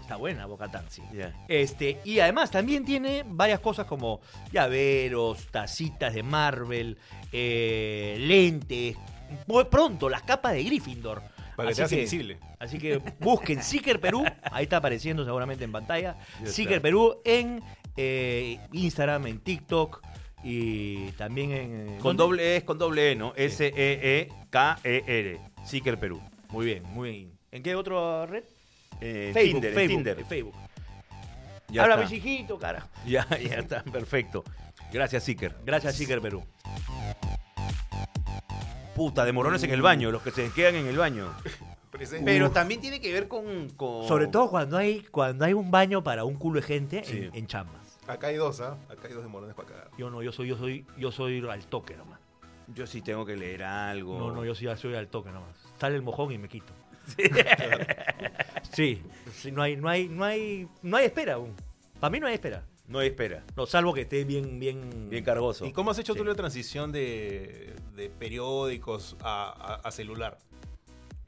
Speaker 2: Está buena Boca Tan, sí.
Speaker 1: Ya.
Speaker 2: Este, y además también tiene varias cosas como llaveros, tacitas de Marvel, eh, lentes. Muy Pronto, las capas de Gryffindor.
Speaker 3: Para que
Speaker 2: Así
Speaker 3: te hagas
Speaker 2: que-
Speaker 3: invisible.
Speaker 2: Así que busquen Seeker Perú, ahí está apareciendo seguramente en pantalla.
Speaker 1: Ya
Speaker 2: Seeker
Speaker 1: está.
Speaker 2: Perú en eh, Instagram, en TikTok y también en. eh,
Speaker 1: Con
Speaker 2: ¿dónde?
Speaker 1: doble E es con doble E, ¿no? S-E-E-K-E-R. Seeker Perú.
Speaker 2: Muy bien, muy bien. ¿En qué otra red?
Speaker 1: Eh,
Speaker 2: Facebook,
Speaker 1: Tinder, en
Speaker 2: Facebook,
Speaker 1: Tinder.
Speaker 2: en Facebook.
Speaker 1: Ya
Speaker 2: Háblame,
Speaker 1: está.
Speaker 2: chiquito, cara.
Speaker 1: Ya, ya está, perfecto. Gracias, Seeker.
Speaker 2: Gracias, Seeker Perú.
Speaker 1: Puta, de morones en el baño, los que se quedan en el baño.
Speaker 3: Presente.
Speaker 1: Pero también tiene que ver con... con-
Speaker 2: Sobre todo cuando hay, cuando hay un baño para un culo de gente
Speaker 1: Sí.
Speaker 2: en, en chambas.
Speaker 3: Acá hay dos, ¿ah? Acá hay dos de morones para cagar.
Speaker 2: Yo no, yo soy, yo soy, yo soy al toque nomás.
Speaker 1: Yo sí tengo que leer algo.
Speaker 2: No, no, yo sí soy al toque nomás. Sale el mojón y me quito. Sí, sí, no hay, no hay, no hay, no hay espera aún. Para mí no hay espera.
Speaker 1: No hay espera.
Speaker 2: No, salvo que esté bien, bien.
Speaker 1: Bien cargoso.
Speaker 3: ¿Y cómo has hecho
Speaker 2: Sí.
Speaker 3: tú la transición de, de periódicos a, a- a celular?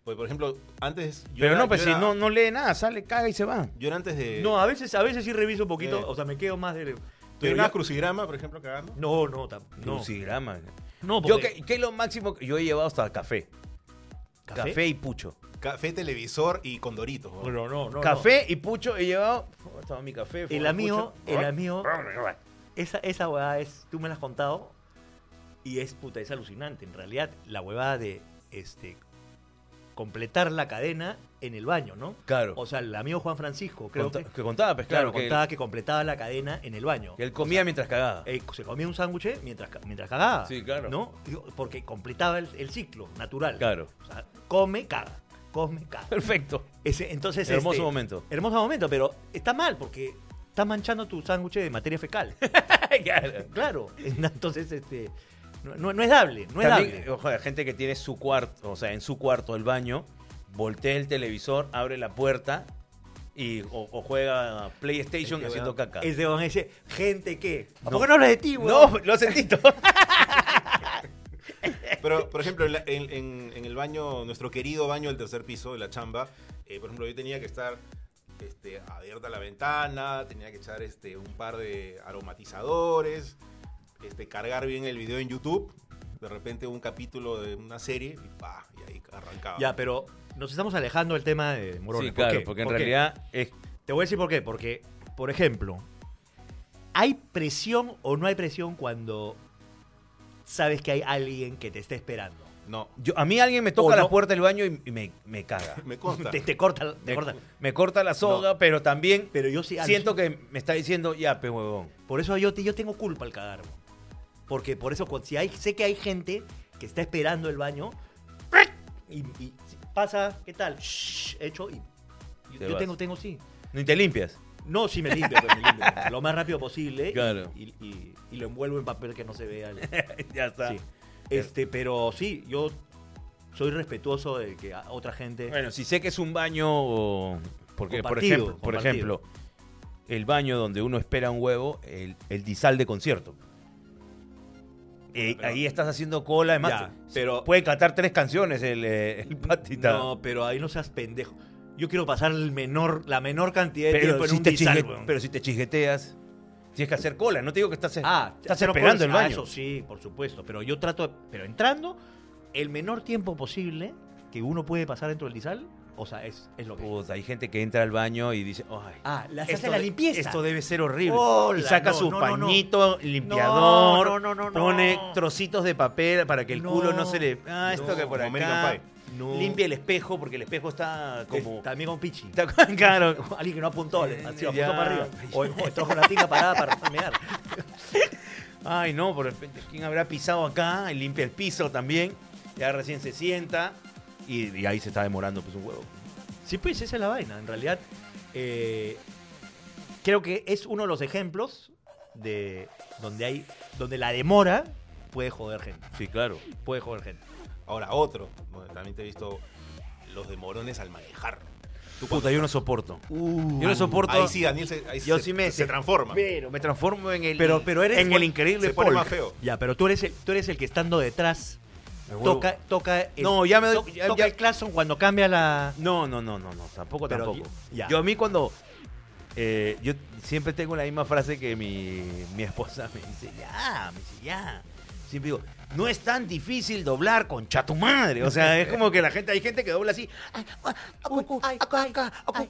Speaker 3: Porque, por ejemplo, antes... yo
Speaker 1: Pero
Speaker 3: era-
Speaker 1: no, pues
Speaker 3: yo
Speaker 1: si
Speaker 3: era-
Speaker 1: no, no lee nada, sale, caga y se va.
Speaker 3: Yo era antes de...
Speaker 2: No, a veces, a veces sí reviso un poquito,
Speaker 3: Eh.
Speaker 2: o sea, me quedo más de.
Speaker 3: ¿Tú
Speaker 2: pero
Speaker 3: ibas
Speaker 2: ya-
Speaker 3: crucigrama, por ejemplo, cagando?
Speaker 2: No, no, tam- no.
Speaker 1: Crucigrama.
Speaker 2: No,
Speaker 1: Yo,
Speaker 2: porque-
Speaker 1: ¿qué, qué es lo máximo que yo he llevado hasta café? Café, y pucho.
Speaker 3: Café, televisor y condoritos. ¿no?
Speaker 2: Bueno, no, no.
Speaker 1: café y pucho he llevado... Oh, estaba mi café.
Speaker 2: no. El amigo, el amigo. Esa, esa huevada es. Tú me la has contado. Y es puta, es alucinante. En realidad, la huevada de este completar la cadena en el baño, ¿no?
Speaker 1: Claro.
Speaker 2: O sea, el amigo Juan Francisco, creo
Speaker 1: Conta-
Speaker 2: que.
Speaker 1: que contaba, pues claro,
Speaker 2: Claro,
Speaker 1: que,
Speaker 2: contaba que completaba la cadena en el baño.
Speaker 1: que él comía mientras cagaba.
Speaker 2: Eh, se comía un sándwich mientras, ca- mientras cagaba.
Speaker 1: Sí, claro.
Speaker 2: ¿No? Digo, Porque completaba el, el ciclo natural.
Speaker 1: Claro.
Speaker 2: O sea, come, caga. Come, caga.
Speaker 1: Perfecto.
Speaker 2: Ese, entonces,
Speaker 1: Hermoso
Speaker 2: este,
Speaker 1: momento.
Speaker 2: Hermoso momento, pero está mal porque está manchando tu sándwich de materia fecal.
Speaker 1: Claro.
Speaker 2: claro. Entonces, este. No, no- no es dable, no es
Speaker 1: También, eh,
Speaker 2: dable.
Speaker 1: ojo, hay gente que tiene su cuarto, o sea, en su cuarto el baño, voltea el televisor, abre la puerta y o, o juega PlayStation
Speaker 2: Este,
Speaker 1: haciendo
Speaker 2: weón,
Speaker 1: caca.
Speaker 2: Ese weón ese, gente que. ¿A
Speaker 1: No.
Speaker 2: poco no hablas de ti,
Speaker 1: No,
Speaker 2: weón?
Speaker 1: lo sentito.
Speaker 3: Pero, por ejemplo, en, la- en- en- en el baño, nuestro querido baño del tercer piso de la chamba, eh, por ejemplo, yo tenía que estar este, abierta la ventana, tenía que echar este, un par de aromatizadores, este, cargar bien el video en YouTube, de repente un capítulo de una serie y, pa, y ahí arrancaba.
Speaker 2: Ya, pero nos estamos alejando del tema de Morón.
Speaker 1: sí, claro, porque en realidad es
Speaker 2: Te voy a decir por qué. Porque, por ejemplo, ¿hay presión o no hay presión cuando sabes que hay alguien que te está esperando?
Speaker 3: No,
Speaker 1: Yo- a mí alguien me
Speaker 2: O
Speaker 1: toca
Speaker 2: no.
Speaker 1: la puerta del baño y, y me, me caga.
Speaker 3: me consta.
Speaker 2: Te, te corta, te
Speaker 1: Me,
Speaker 2: corta.
Speaker 1: me corta la soga, pero también
Speaker 2: Pero yo sí.
Speaker 1: siento que me está diciendo, ya, pe huevón.
Speaker 2: Por eso yo, te- yo tengo culpa al cagar. bro. Porque por eso, cuando- si hay, sé que hay gente que está esperando el baño y, y pasa, ¿qué tal? Shh, hecho y. yo-
Speaker 1: Te
Speaker 2: yo
Speaker 1: vas.
Speaker 2: tengo, tengo sí.
Speaker 1: Ni te limpias.
Speaker 2: No, sí me limpio, pero me limpio lo más rápido posible. y-
Speaker 1: Claro.
Speaker 2: Y, y- y lo envuelvo en papel que no se vea. el-
Speaker 1: ya está.
Speaker 2: Sí. Este, pero sí, yo soy respetuoso de que a otra gente.
Speaker 1: Bueno, si sé que es un baño. o- Porque, por
Speaker 2: Compartido,
Speaker 1: ejemplo, por
Speaker 2: compartido.
Speaker 1: ejemplo, el baño donde uno espera un huevo, el, el disal de concierto. Eh,
Speaker 3: pero-
Speaker 1: ahí estás haciendo cola, además.
Speaker 2: Ya, pero-
Speaker 1: puede cantar tres canciones el, eh, el patita.
Speaker 2: no, pero ahí no seas pendejo. Yo quiero pasar el menor, la menor cantidad de
Speaker 1: pero,
Speaker 2: tiempo
Speaker 1: si
Speaker 2: en un
Speaker 1: te
Speaker 2: disal,
Speaker 1: chisgue-
Speaker 2: weón.
Speaker 1: pero si te chisgueteas, tienes que hacer cola. No te digo que estás,
Speaker 2: Ah,
Speaker 1: estás
Speaker 2: pero
Speaker 1: esperando
Speaker 2: por-
Speaker 1: el
Speaker 2: ah,
Speaker 1: baño.
Speaker 2: eso sí, por supuesto. Pero yo trato, de- pero entrando, el menor tiempo posible que uno puede pasar dentro del disal, o sea, es, es lo que.
Speaker 1: Puta, Pues, hay gente que entra al baño y dice, ay.
Speaker 2: ah, la
Speaker 1: esto
Speaker 2: hace la
Speaker 1: de-
Speaker 2: limpieza.
Speaker 1: Esto debe ser horrible.
Speaker 2: Hola,
Speaker 1: y saca
Speaker 2: no,
Speaker 1: su
Speaker 2: no, no, no.
Speaker 1: pañito, limpiador,
Speaker 2: No, no, no, no,
Speaker 1: pone
Speaker 2: no.
Speaker 1: trocitos de papel para que el
Speaker 2: No.
Speaker 1: culo no se le... Ah, esto
Speaker 3: No,
Speaker 1: que por
Speaker 3: como
Speaker 1: acá...
Speaker 3: American
Speaker 2: No.
Speaker 1: Limpia el espejo porque el espejo está como...
Speaker 2: Es- también con pichi. Eh,
Speaker 1: Está con- claro.
Speaker 2: Alguien que no apuntó, le- así, apuntó
Speaker 1: Ya.
Speaker 2: para arriba. O, o entró con la tinga parada para mear.
Speaker 1: Ay, no, por repente, ¿quién habrá pisado acá? Y limpia el piso también. Ya recién se sienta. Y, y ahí se está demorando pues un huevo.
Speaker 2: Sí, pues esa es la vaina. En realidad, eh, creo que es uno de los ejemplos de donde hay, donde la demora puede joder gente.
Speaker 1: Sí, claro.
Speaker 2: Puede joder gente.
Speaker 3: Ahora, otro. bueno, también te he visto los demorones al manejar. Tú
Speaker 1: Puta, yo no soporto.
Speaker 2: Uh,
Speaker 1: Yo no soporto...
Speaker 3: Ahí sí, Daniel se, ahí
Speaker 1: Yo
Speaker 3: se-
Speaker 1: sí me-
Speaker 3: se transforma.
Speaker 1: Pero me transformo en el...
Speaker 2: Pero- pero eres-
Speaker 1: en el increíble
Speaker 3: Se pone
Speaker 1: Paul.
Speaker 3: más feo.
Speaker 2: Ya, pero tú eres el, tú eres el que estando detrás
Speaker 1: Me huevo.
Speaker 2: toca, toca el,
Speaker 1: No, ya me doy-
Speaker 2: to-
Speaker 1: ya-
Speaker 2: toca
Speaker 1: ya-
Speaker 2: el claxon cuando cambia la.
Speaker 1: No, no, no, no, no, tampoco,
Speaker 2: Pero
Speaker 1: tampoco.
Speaker 2: y- ya.
Speaker 1: Yo a mí cuando... eh, yo siempre tengo la misma frase que mi, mi esposa me dice, ya, me dice, ya. Siempre digo, no es tan difícil doblar con tu madre. O sea, es como que la gente, hay gente que dobla así. ah,
Speaker 5: Ay, ay, ay, ay,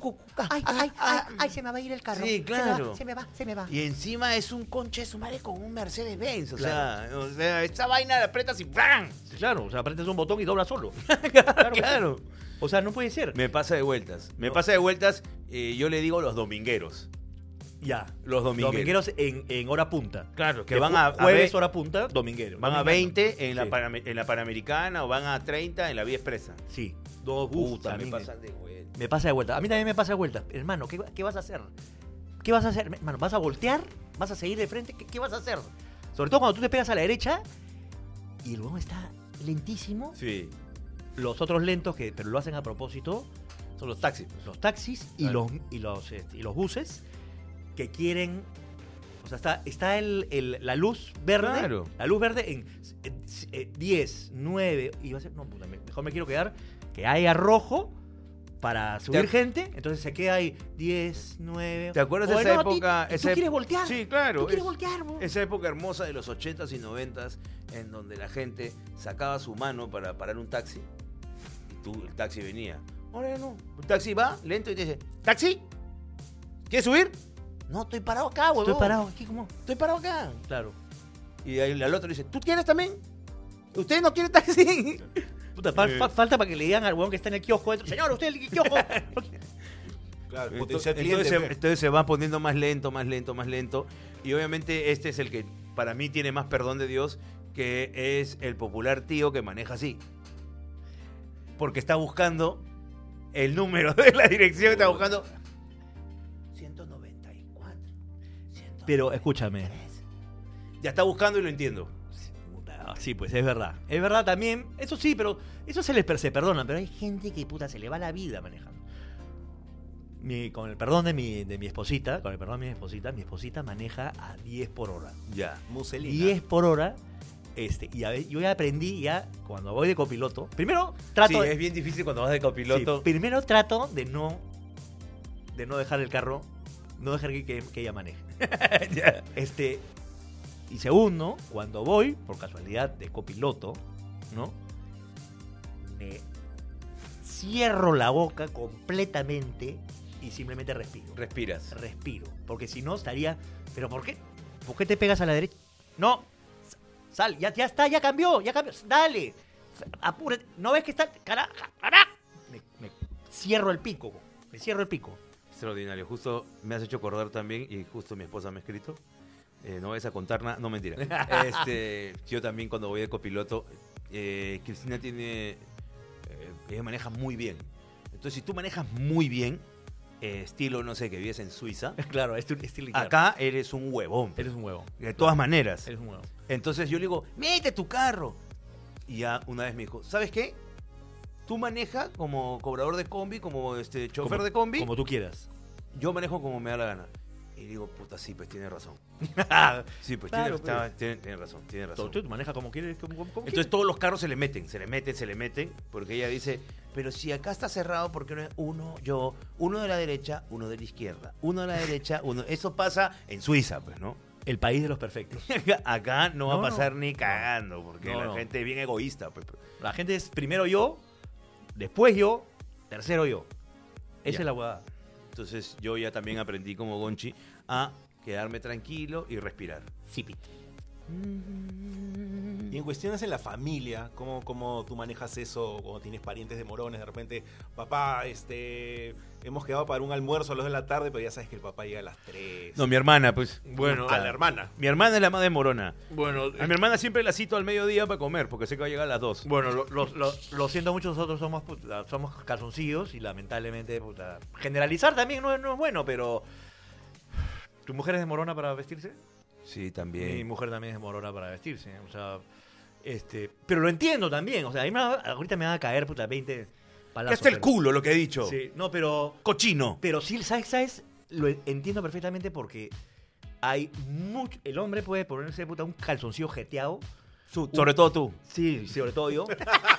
Speaker 5: ay, ay, ay, se me va a ir el carro.
Speaker 1: Sí,
Speaker 5: Se me va,
Speaker 1: claro.
Speaker 5: Se me va, se me va.
Speaker 1: Y encima es un conche de su madre con un Mercedes-Benz. O, sea, o sea, esa vaina la apretas y ¡bam!
Speaker 2: Claro, o sea, apretas un botón y dobla solo.
Speaker 1: Claro, claro.
Speaker 2: O sea, no puede ser.
Speaker 1: Me pasa de vueltas. Me
Speaker 2: No.
Speaker 1: pasa de vueltas, eh, yo le digo los domingueros.
Speaker 2: Ya.
Speaker 1: Los domingueros.
Speaker 2: Domingueros en, en hora punta.
Speaker 1: Claro, que
Speaker 2: De
Speaker 1: van
Speaker 2: ju-
Speaker 1: a, a
Speaker 2: jueves
Speaker 1: ve-
Speaker 2: hora punta, dominguero.
Speaker 1: Van a 20 en la,
Speaker 2: Sí.
Speaker 1: Paname- en la Panamericana o van a 30 en la Vía Expresa.
Speaker 2: Sí. Dos
Speaker 1: Puta, me
Speaker 2: me,
Speaker 1: pasan de vuelta.
Speaker 2: me pasa de vuelta. A mí también me pasa de vuelta. Hermano, ¿qué, qué vas a hacer? ¿Qué vas a hacer? Hermano, ¿vas a voltear? ¿Vas a seguir de frente? ¿Qué, qué vas a hacer? Sobre todo cuando tú te pegas a la derecha y el huevón está lentísimo.
Speaker 1: Sí,
Speaker 2: Los otros lentos, que, pero lo hacen a propósito,
Speaker 1: son los taxis. pues.
Speaker 2: los taxis y
Speaker 1: Claro.
Speaker 2: los, y los, este, y los buses que quieren. O sea, está, está el, el- la luz verde.
Speaker 1: Claro.
Speaker 2: La luz verde en eh, eh, 10, 9. Y va a ser. No, puta, me- mejor me quiero quedar que haya rojo para subir
Speaker 1: ac-
Speaker 2: gente. Entonces se queda ahí 10, 9.
Speaker 1: ¿Te acuerdas
Speaker 2: O
Speaker 1: de
Speaker 2: el
Speaker 1: esa
Speaker 2: no, ti-
Speaker 1: época?
Speaker 2: ¿Tú
Speaker 1: esa ep-
Speaker 2: quieres voltear?
Speaker 1: Sí, claro.
Speaker 5: ¿Tú quieres
Speaker 1: es-
Speaker 5: voltear, bo?
Speaker 1: Esa época hermosa de los 80s y 90s en donde la gente sacaba su mano para parar un taxi y tú, el taxi venía. Ahora no. El taxi va lento y te dice, ¿taxi? ¿Quieres subir? No, estoy parado acá, huevón.
Speaker 2: Estoy parado aquí como.
Speaker 1: Estoy parado acá.
Speaker 2: Claro.
Speaker 1: Y ahí al otro le dice, ¿tú quieres también? ¿Usted no quiere taxi?
Speaker 2: Puta, fal- fal- falta para que le digan al huevón que está en el kiosco dentro, señor, usted el kiosco.
Speaker 3: Claro,
Speaker 1: Entonces, em,
Speaker 3: potencial cliente.
Speaker 1: entonces se,
Speaker 3: pues.
Speaker 1: entonces se va poniendo más lento, más lento, más lento. Y obviamente este es el que para mí tiene más perdón de Dios, que es el popular tío que maneja así. Porque está buscando el número de la dirección, está buscando...
Speaker 5: 194.
Speaker 2: Pero escúchame.
Speaker 1: Ya está buscando y lo entiendo.
Speaker 2: Puta, Sí, pues es verdad. Es verdad también. Eso sí, pero eso se les per- se perdona. Pero hay gente que puta se le va la vida manejando. Mi- con el perdón de mi, de mi esposita, con el perdón de mi esposita, mi esposita maneja a 10 por hora.
Speaker 1: Ya.
Speaker 3: Muselina.
Speaker 2: 10 por hora. Este, y a ver, yo ya aprendí ya cuando voy de copiloto. Primero trato
Speaker 1: Sí,
Speaker 2: de-
Speaker 1: es bien difícil cuando vas de
Speaker 2: Sí,
Speaker 1: copiloto.
Speaker 2: primero trato de no de no dejar el carro, no dejar que, que- que ella maneje. Este y segundo, cuando voy por casualidad de copiloto, ¿no? Me cierro la boca completamente y simplemente respiro.
Speaker 1: Respiras.
Speaker 2: Respiro, porque si no estaría, pero ¿por qué? ¿Por qué te pegas a la derecha? No. sa- Sal, ya, ya está, ya cambió, ya cambió. Dale. Apúrate. ¿No ves que está? Cara, cara. Me, me cierro el pico. Me cierro el pico.
Speaker 1: Extraordinario. Justo me has hecho acordar también, y justo mi esposa me ha escrito. eh, no vayas a contar nada, no mentira. Este, yo también cuando voy de copiloto, eh, Cristina tiene. eh, ella maneja muy bien. Entonces, si tú manejas muy bien, eh, estilo, no sé, que vives en Suiza,
Speaker 2: Claro, es un estilo
Speaker 1: acá eres un huevón.
Speaker 2: Eres un huevo.
Speaker 1: De todas maneras.
Speaker 2: Eres un huevo.
Speaker 1: Entonces yo le digo, mete tu carro. Y ya una vez me dijo, ¿sabes qué? Tú manejas como cobrador de combi, como este chofer
Speaker 2: Como-
Speaker 1: de combi.
Speaker 2: Como tú quieras.
Speaker 1: Yo manejo como me da la gana. Y digo, puta, sí, pues tiene razón. Sí, pues tiene,
Speaker 2: Claro, pero-
Speaker 1: está- tiene- tiene razón, tiene razón.
Speaker 2: Tú, tú manejas como quieres. como- como- como
Speaker 1: Entonces todos los carros se le meten, se le meten, se le meten, porque ella dice, pero si acá está cerrado, ¿por qué no es uno, yo, uno de la derecha, uno de la izquierda, uno de la derecha, uno... Eso pasa en Suiza, pues, ¿no?
Speaker 2: quieres. el país de los perfectos.
Speaker 1: acá no va
Speaker 2: No,
Speaker 1: a
Speaker 2: no.
Speaker 1: pasar ni
Speaker 2: No.
Speaker 1: cagando, porque
Speaker 2: No,
Speaker 1: la
Speaker 2: no.
Speaker 1: gente es bien egoísta, pues.
Speaker 2: La gente es primero yo, después yo, tercero yo.
Speaker 1: Ya.
Speaker 2: Esa es la huevada.
Speaker 1: Entonces yo ya también aprendí como Gonchi a quedarme tranquilo y respirar.
Speaker 2: Zipit.
Speaker 3: Y en cuestiones en la familia, ¿cómo, cómo tú manejas eso cuando tienes parientes de morones? De repente, papá, este, hemos quedado para un almuerzo a las 2 de la tarde, pero ya sabes que el papá llega a las 3.
Speaker 1: No, mi hermana, pues.
Speaker 3: bueno, a la hermana.
Speaker 1: Mi hermana es la más de morona.
Speaker 2: Bueno,
Speaker 1: A mi hermana siempre la cito al mediodía para comer, porque sé que va a llegar a las 2.
Speaker 2: Bueno, lo, lo- lo- lo siento mucho, nosotros somos, puta, somos calzoncillos y lamentablemente, puta, generalizar también no, es- no es bueno, pero... ¿Tu mujer es de morona para vestirse?
Speaker 1: Sí,
Speaker 2: Mi
Speaker 1: también.
Speaker 2: mujer también es morona para vestirse, o sea... Este, pero lo entiendo también, o sea, a mí me va- ahorita me van a caer, puta, 20
Speaker 1: Que
Speaker 2: palabras.
Speaker 1: hasta el culo lo que he dicho.
Speaker 2: Sí, no, pero...
Speaker 1: Cochino.
Speaker 2: Pero sí, ¿sabes? ¿sabes? Lo entiendo perfectamente porque hay mucho... El hombre puede ponerse, puta, un calzoncillo jeteado.
Speaker 1: Su- sobre todo tú.
Speaker 2: Sí, sobre todo yo. Una,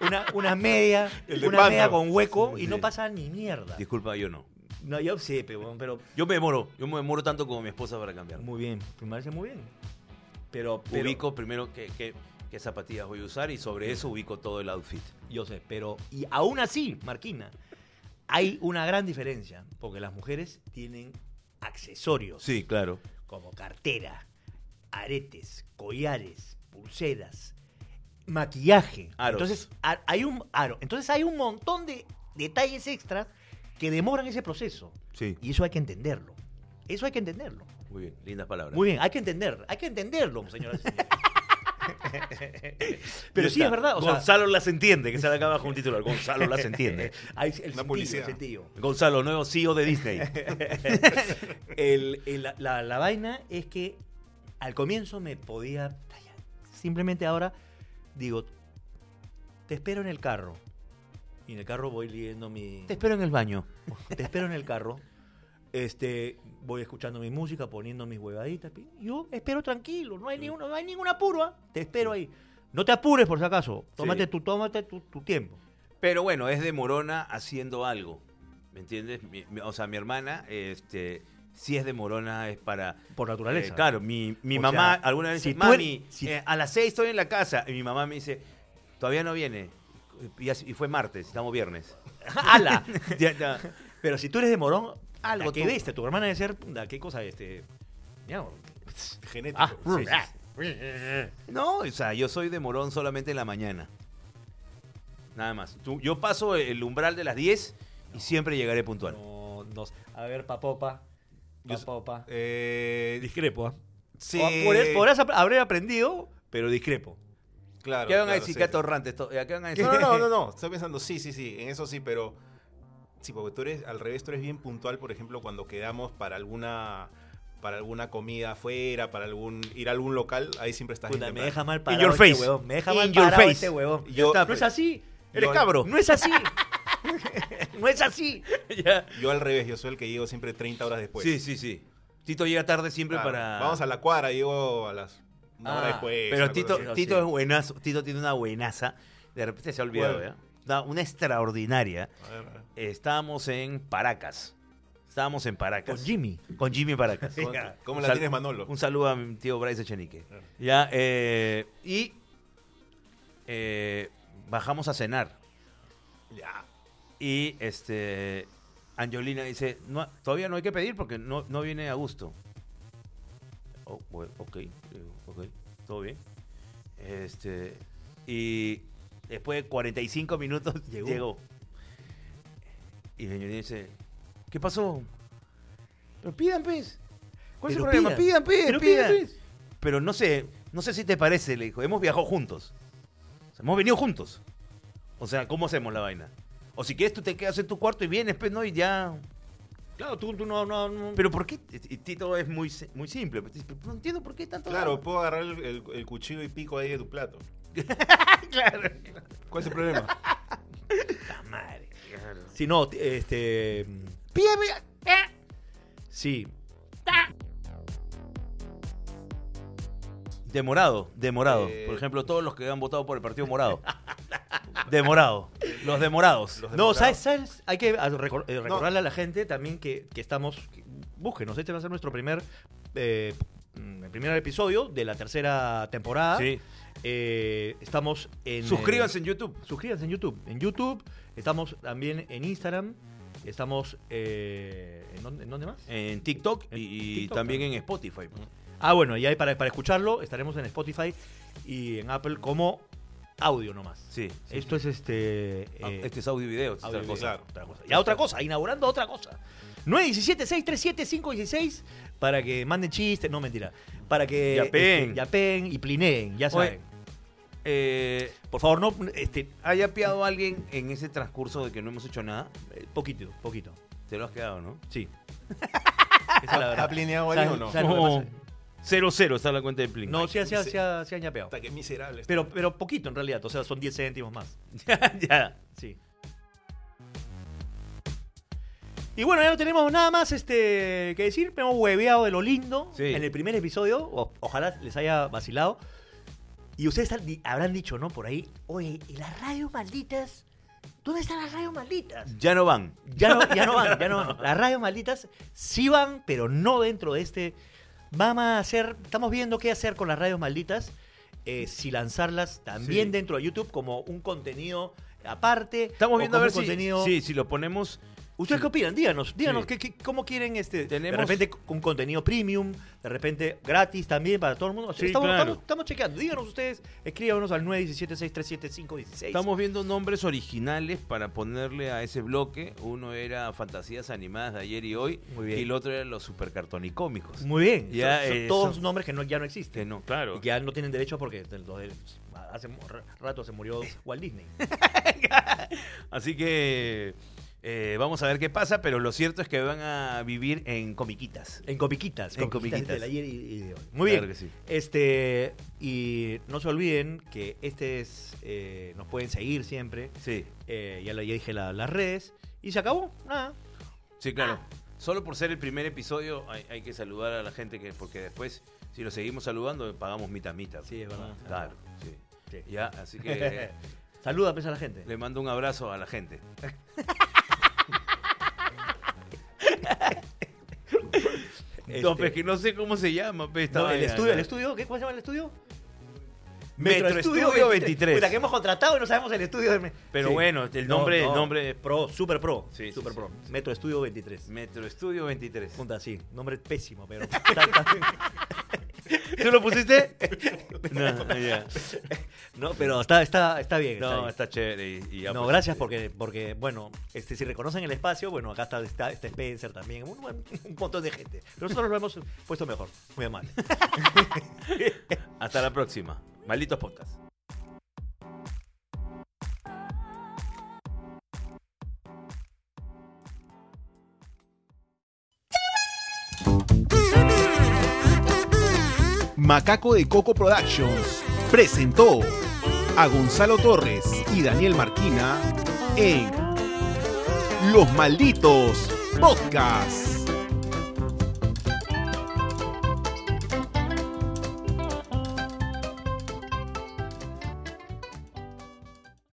Speaker 2: una, una media,
Speaker 3: El de
Speaker 2: una
Speaker 3: pano.
Speaker 2: media con hueco
Speaker 1: Sí,
Speaker 2: y no
Speaker 1: sí.
Speaker 2: pasa ni mierda.
Speaker 1: Disculpa, yo no.
Speaker 2: No, yo sí, pe, weón, pero,
Speaker 1: Yo me demoro. Yo me demoro tanto como mi esposa para cambiar.
Speaker 2: muy bien, me parece muy bien. Pero, pero
Speaker 1: ubico primero qué, qué- qué zapatillas voy a usar y sobre eso ubico todo el outfit.
Speaker 2: yo sé, pero y aún así, Marquina, hay una gran diferencia porque las mujeres tienen accesorios
Speaker 1: Sí, claro.
Speaker 2: como cartera, aretes, collares, pulseras, maquillaje.
Speaker 1: Aros.
Speaker 2: Entonces a- hay un aro. Entonces hay un montón de detalles extras que demoran ese proceso.
Speaker 1: Sí.
Speaker 2: Y eso hay que entenderlo. Eso hay que entenderlo.
Speaker 1: Muy bien, lindas palabras.
Speaker 2: Muy bien, hay que entender, hay que entenderlo, señoras y señores. Pero
Speaker 1: Ya
Speaker 2: sí
Speaker 1: está.
Speaker 2: es verdad, o sea,
Speaker 1: Gonzalo las entiende, que sale acá abajo un titular. Gonzalo las entiende.
Speaker 2: hay el sentido,
Speaker 3: publicidad.
Speaker 2: el sentido.
Speaker 1: Gonzalo, nuevo CEO de Disney.
Speaker 2: El- el- la, la- la vaina es que al comienzo me podía. Simplemente ahora digo, te espero en el carro. Y en el carro voy leyendo mi.
Speaker 1: Te espero en el baño.
Speaker 2: te espero en el carro. Este, voy escuchando mi música, poniendo mis huevaditas. pi. Yo espero tranquilo, no hay ningún, no hay ningún apuro. ¿ah? Te espero ahí. No te apures por si acaso. Tómate tu, tómate tu, tu tiempo.
Speaker 1: Pero bueno, es de Morona haciendo algo. ¿Me entiendes? Mi- mi- o sea, mi hermana, este, si es de Morona, es para.
Speaker 2: Por naturaleza.
Speaker 1: Eh, claro, mi, mi
Speaker 2: O
Speaker 1: mamá
Speaker 2: sea,
Speaker 1: alguna vez
Speaker 2: si
Speaker 1: dice,
Speaker 2: tú eres-
Speaker 1: mami,
Speaker 2: si-
Speaker 1: eh, a las 6 estoy en la casa. Y mi mamá me dice, todavía no viene. Y, así- y fue martes, estamos viernes.
Speaker 2: ¡Hala!
Speaker 1: Ya, ya.
Speaker 2: Pero si tú eres de morón,
Speaker 1: Algo
Speaker 2: algo que
Speaker 1: tú.
Speaker 2: viste, tu hermana debe ser, puta, ¿qué cosa? Este. mira,
Speaker 3: Genético.
Speaker 2: ah,
Speaker 3: Sí, sí, sí.
Speaker 2: ah.
Speaker 1: No, o sea, yo soy de Morón solamente en la mañana. Nada más. Tú- yo paso el umbral de las 10 y siempre llegaré puntual.
Speaker 2: No, no. A ver, papopa.
Speaker 3: Yo s-
Speaker 2: Papopa.
Speaker 3: Eh,
Speaker 2: Discrepo, ¿ah?
Speaker 3: sí.
Speaker 2: O- podrás- Podrás ap- haber aprendido, pero discrepo.
Speaker 3: Claro,
Speaker 1: ¿Qué van a
Speaker 3: claro,
Speaker 1: decir?
Speaker 3: sí,
Speaker 1: ¿Qué
Speaker 3: sí.
Speaker 1: atorrantes to- ¿Qué van a decir?
Speaker 3: No, no, no, no, no. Estoy pensando, sí, sí, sí, en eso sí, pero. Sí, porque tú eres, al revés, tú eres bien puntual, por ejemplo, cuando quedamos para alguna para alguna comida afuera, para algún ir a algún local, ahí siempre estás
Speaker 2: Puta,
Speaker 3: bien
Speaker 2: me
Speaker 3: temprano.
Speaker 2: deja mal
Speaker 1: In
Speaker 2: parado
Speaker 1: your
Speaker 2: este
Speaker 1: face.
Speaker 2: huevón. Me deja
Speaker 1: In
Speaker 2: mal
Speaker 1: your
Speaker 2: parado
Speaker 1: face.
Speaker 2: este huevón.
Speaker 3: Yo-
Speaker 2: Ya está, no es así.
Speaker 1: Eres
Speaker 3: Yo-
Speaker 1: cabro.
Speaker 2: No es así. no es así.
Speaker 1: Ya.
Speaker 3: Yo al revés, yo soy el que llego siempre 30 horas después.
Speaker 1: sí, sí, sí. Tito llega tarde siempre
Speaker 3: pues. Claro,
Speaker 1: para.
Speaker 3: Vamos a la cuadra, llego a las una hora
Speaker 2: Ah,
Speaker 3: después.
Speaker 1: Pero
Speaker 3: una cosa
Speaker 1: Tito,
Speaker 3: así.
Speaker 2: así.
Speaker 1: Tito es buenazo. Tito tiene una buenaza. De repente se ha olvidado,
Speaker 3: ¿Cuál?
Speaker 1: ¿ya? Una, una extraordinaria.
Speaker 3: A ver, a ver.
Speaker 1: Estábamos en Paracas. Estábamos en Paracas.
Speaker 2: Con Jimmy.
Speaker 1: Con Jimmy Paracas.
Speaker 3: ¿Cómo,
Speaker 1: Un
Speaker 3: cómo la
Speaker 1: sal-
Speaker 3: tienes, Manolo? Ah.
Speaker 1: Un saludo a mi tío Bryce Echenique. Ya, eh, y eh, bajamos a cenar.
Speaker 3: Ya.
Speaker 1: Y este Angelina dice, no, todavía no hay que pedir porque no, no viene a gusto. Oh, bueno, ok, digo, ok, todo bien. Este, y después de 45 minutos llegó.
Speaker 2: Llegó.
Speaker 1: Y Angelina dice, ¿qué pasó? Pero pidan, pues. ¿Cuál es
Speaker 2: Pero
Speaker 1: el problema? Pidan,
Speaker 2: pidan.
Speaker 1: pues,
Speaker 2: Pero
Speaker 1: pidan.
Speaker 2: pidan,
Speaker 1: Pero no sé, no sé si te parece, le dijo, hemos viajado juntos. O sea, hemos venido juntos. O sea, ¿cómo hacemos la vaina? O si quieres tú te quedas en tu cuarto y vienes, pues, ¿no? Y ya...
Speaker 2: Claro, tú, tú no, no, no.
Speaker 1: Pero ¿por qué? Y Tito es muy, si- muy simple. pues, dice, No entiendo por qué tanto...
Speaker 3: Claro,
Speaker 1: drama".
Speaker 3: puedo agarrar el, el- el cuchillo y pico ahí de tu plato.
Speaker 1: claro.
Speaker 3: ¿Cuál es el problema?
Speaker 2: madre. Si no, t- este.
Speaker 5: Pídeme. eh,
Speaker 2: Sí.
Speaker 1: Demorado, demorado.
Speaker 3: Eh,
Speaker 1: Por ejemplo, todos los que han votado por el Partido Morado. demorado. Los demorados.
Speaker 3: Los
Speaker 2: No,
Speaker 3: demorados.
Speaker 2: ¿sabes? ¿sabes? Hay que ah, recor- eh, recordarle a la gente también que, que estamos. que- búsquenos, este va a ser nuestro primer. eh, mm, el primer episodio de la tercera temporada.
Speaker 1: Sí.
Speaker 2: Eh, estamos en.
Speaker 1: Suscríbanse
Speaker 2: eh,
Speaker 1: Ah. en YouTube.
Speaker 2: suscríbanse en YouTube. En YouTube. Estamos también en Instagram. Estamos. eh, ¿en, dónde, en dónde más?
Speaker 1: En TikTok y,
Speaker 2: En
Speaker 1: y
Speaker 2: TikTok,
Speaker 1: también
Speaker 2: claro.
Speaker 1: en Spotify. pues.
Speaker 2: Ah, bueno, y ahí para, para escucharlo estaremos en Spotify y en Apple como audio nomás.
Speaker 1: Sí. sí.
Speaker 2: Esto es este.
Speaker 1: Ah,
Speaker 2: eh,
Speaker 1: este es audio y video. es
Speaker 2: audio
Speaker 1: otra
Speaker 2: y
Speaker 1: cosa.
Speaker 2: video. Otra cosa. Ya otra cosa, inaugurando otra cosa. 917-637-516 para que manden chistes, no mentira. Para que
Speaker 1: Yapeen.
Speaker 2: este, yapeen y plineen, ya
Speaker 1: Oye,
Speaker 2: saben.
Speaker 1: Eh,
Speaker 2: Por favor, no. Este,
Speaker 1: ¿Haya piado alguien en ese transcurso de que no hemos hecho nada?
Speaker 2: eh, poquito, poquito.
Speaker 1: Te lo has quedado, ¿no?
Speaker 2: Sí. Esa es la
Speaker 3: ¿Ha
Speaker 2: verdad.
Speaker 3: planeado alguien o
Speaker 2: ¿Sabes-
Speaker 3: no?
Speaker 2: sabes lo que
Speaker 1: No.
Speaker 2: pasa?
Speaker 1: 0-0 está la cuenta de Plin.
Speaker 2: No, sí, ha- sí, ha-
Speaker 3: Sí.
Speaker 2: sí, ha- sí han yapeado.
Speaker 3: Puta, qué miserable.
Speaker 2: Pero, pero poquito en realidad, o sea, son 10 céntimos más.
Speaker 1: ya, ya.
Speaker 2: Sí. Y bueno, ya no tenemos nada más este, que decir. Hemos hueveado de lo lindo
Speaker 1: Sí.
Speaker 2: en el primer episodio. O- ojalá les haya vacilado. Y ustedes tal- di- habrán dicho, ¿no? Por ahí.
Speaker 5: Oye, ¿y las radios malditas? ¿Dónde están las radios malditas?
Speaker 1: Ya no van.
Speaker 2: Ya no, ya no van, ya no van. Las radios malditas sí van, pero no dentro de este. Vamos a hacer. Estamos viendo qué hacer con las radios malditas. eh, si lanzarlas también
Speaker 1: Sí.
Speaker 2: dentro de YouTube como un contenido aparte. o
Speaker 1: Estamos viendo a
Speaker 2: como
Speaker 1: ver
Speaker 2: un
Speaker 1: si,
Speaker 2: contenido-
Speaker 1: sí, si lo ponemos.
Speaker 2: ¿Ustedes
Speaker 1: Sí.
Speaker 2: qué opinan? Díganos, díganos
Speaker 1: Sí.
Speaker 2: qué- qué- cómo quieren este.
Speaker 1: Tenemos-
Speaker 2: De repente con contenido premium, de repente gratis también para todo el mundo.
Speaker 1: Sí,
Speaker 2: estamos,
Speaker 1: claro.
Speaker 2: estamos- estamos chequeando. Díganos ustedes, escríbanos al 917-637-516.
Speaker 1: Estamos viendo nombres originales para ponerle a ese bloque. Uno era Fantasías Animadas de ayer y hoy.
Speaker 2: Muy bien.
Speaker 1: Y el otro era los supercartonicómicos.
Speaker 2: Muy bien.
Speaker 1: Ya,
Speaker 2: Son- son
Speaker 1: eh,
Speaker 2: todos
Speaker 1: son-
Speaker 2: nombres que no, ya no existen.
Speaker 1: Que no, claro.
Speaker 2: Y que ya no tienen derecho porque de- los de- hace mu- rato se murió Walt Disney.
Speaker 1: Así que eh, vamos a ver qué pasa, pero lo cierto es que van a vivir en comiquitas.
Speaker 2: En comiquitas.
Speaker 1: En comiquitas.
Speaker 2: Del ayer y, y de hoy. Muy
Speaker 1: Claro que
Speaker 2: bien.
Speaker 1: sí.
Speaker 2: Este, y no se olviden que este es. eh, nos pueden seguir siempre.
Speaker 1: Sí,
Speaker 2: Eh, ya, lo, ya dije la- las redes. Y se acabó. Nada.
Speaker 1: sí, claro. Solo por ser el primer episodio hay, hay que saludar a la gente que porque después si lo seguimos saludando pagamos mitad mitad.
Speaker 2: Sí, es verdad.
Speaker 1: Claro, sí.
Speaker 2: Sí.
Speaker 1: Ya, así que
Speaker 2: Saluda pues, a la gente.
Speaker 1: le mando un abrazo a la gente. No,
Speaker 2: Este,
Speaker 1: pues que no sé cómo se llama, pues, esta
Speaker 2: no, el
Speaker 1: vaina,
Speaker 2: estudio, el
Speaker 1: ¿no?
Speaker 2: estudio, ¿qué, ¿cómo se llama el estudio?
Speaker 1: Metro Estudio 23.
Speaker 2: Puta, que hemos contratado y no sabemos el estudio. del me-
Speaker 1: Pero
Speaker 2: Sí.
Speaker 1: bueno, el
Speaker 2: No,
Speaker 1: nombre,
Speaker 2: no,
Speaker 1: el nombre
Speaker 2: Pro, Super Pro.
Speaker 1: Sí, sí,
Speaker 2: Super
Speaker 1: sí,
Speaker 2: Pro.
Speaker 1: sí.
Speaker 2: Metro Estudio 23.
Speaker 1: Metro Estudio 23.
Speaker 2: Punta, sí. Nombre pésimo, pero. está- está bien.
Speaker 1: ¿Tú lo pusiste? No, ya.
Speaker 2: No, pero está, está, está bien. está
Speaker 1: No,
Speaker 2: bien.
Speaker 1: está chévere. y- y ya,
Speaker 2: No,
Speaker 1: pues,
Speaker 2: gracias
Speaker 1: eh,
Speaker 2: porque, porque bueno, este, si reconocen el espacio, bueno, acá está, está, está Spencer también, un, buen- un montón de gente. Pero nosotros lo hemos puesto mejor, muy amable.
Speaker 1: Hasta la próxima. Malditos podcasts.
Speaker 3: Macaco de Coco Productions presentó a Gonzalo Torres y Daniel Marquina en Los Malditos Podcasts.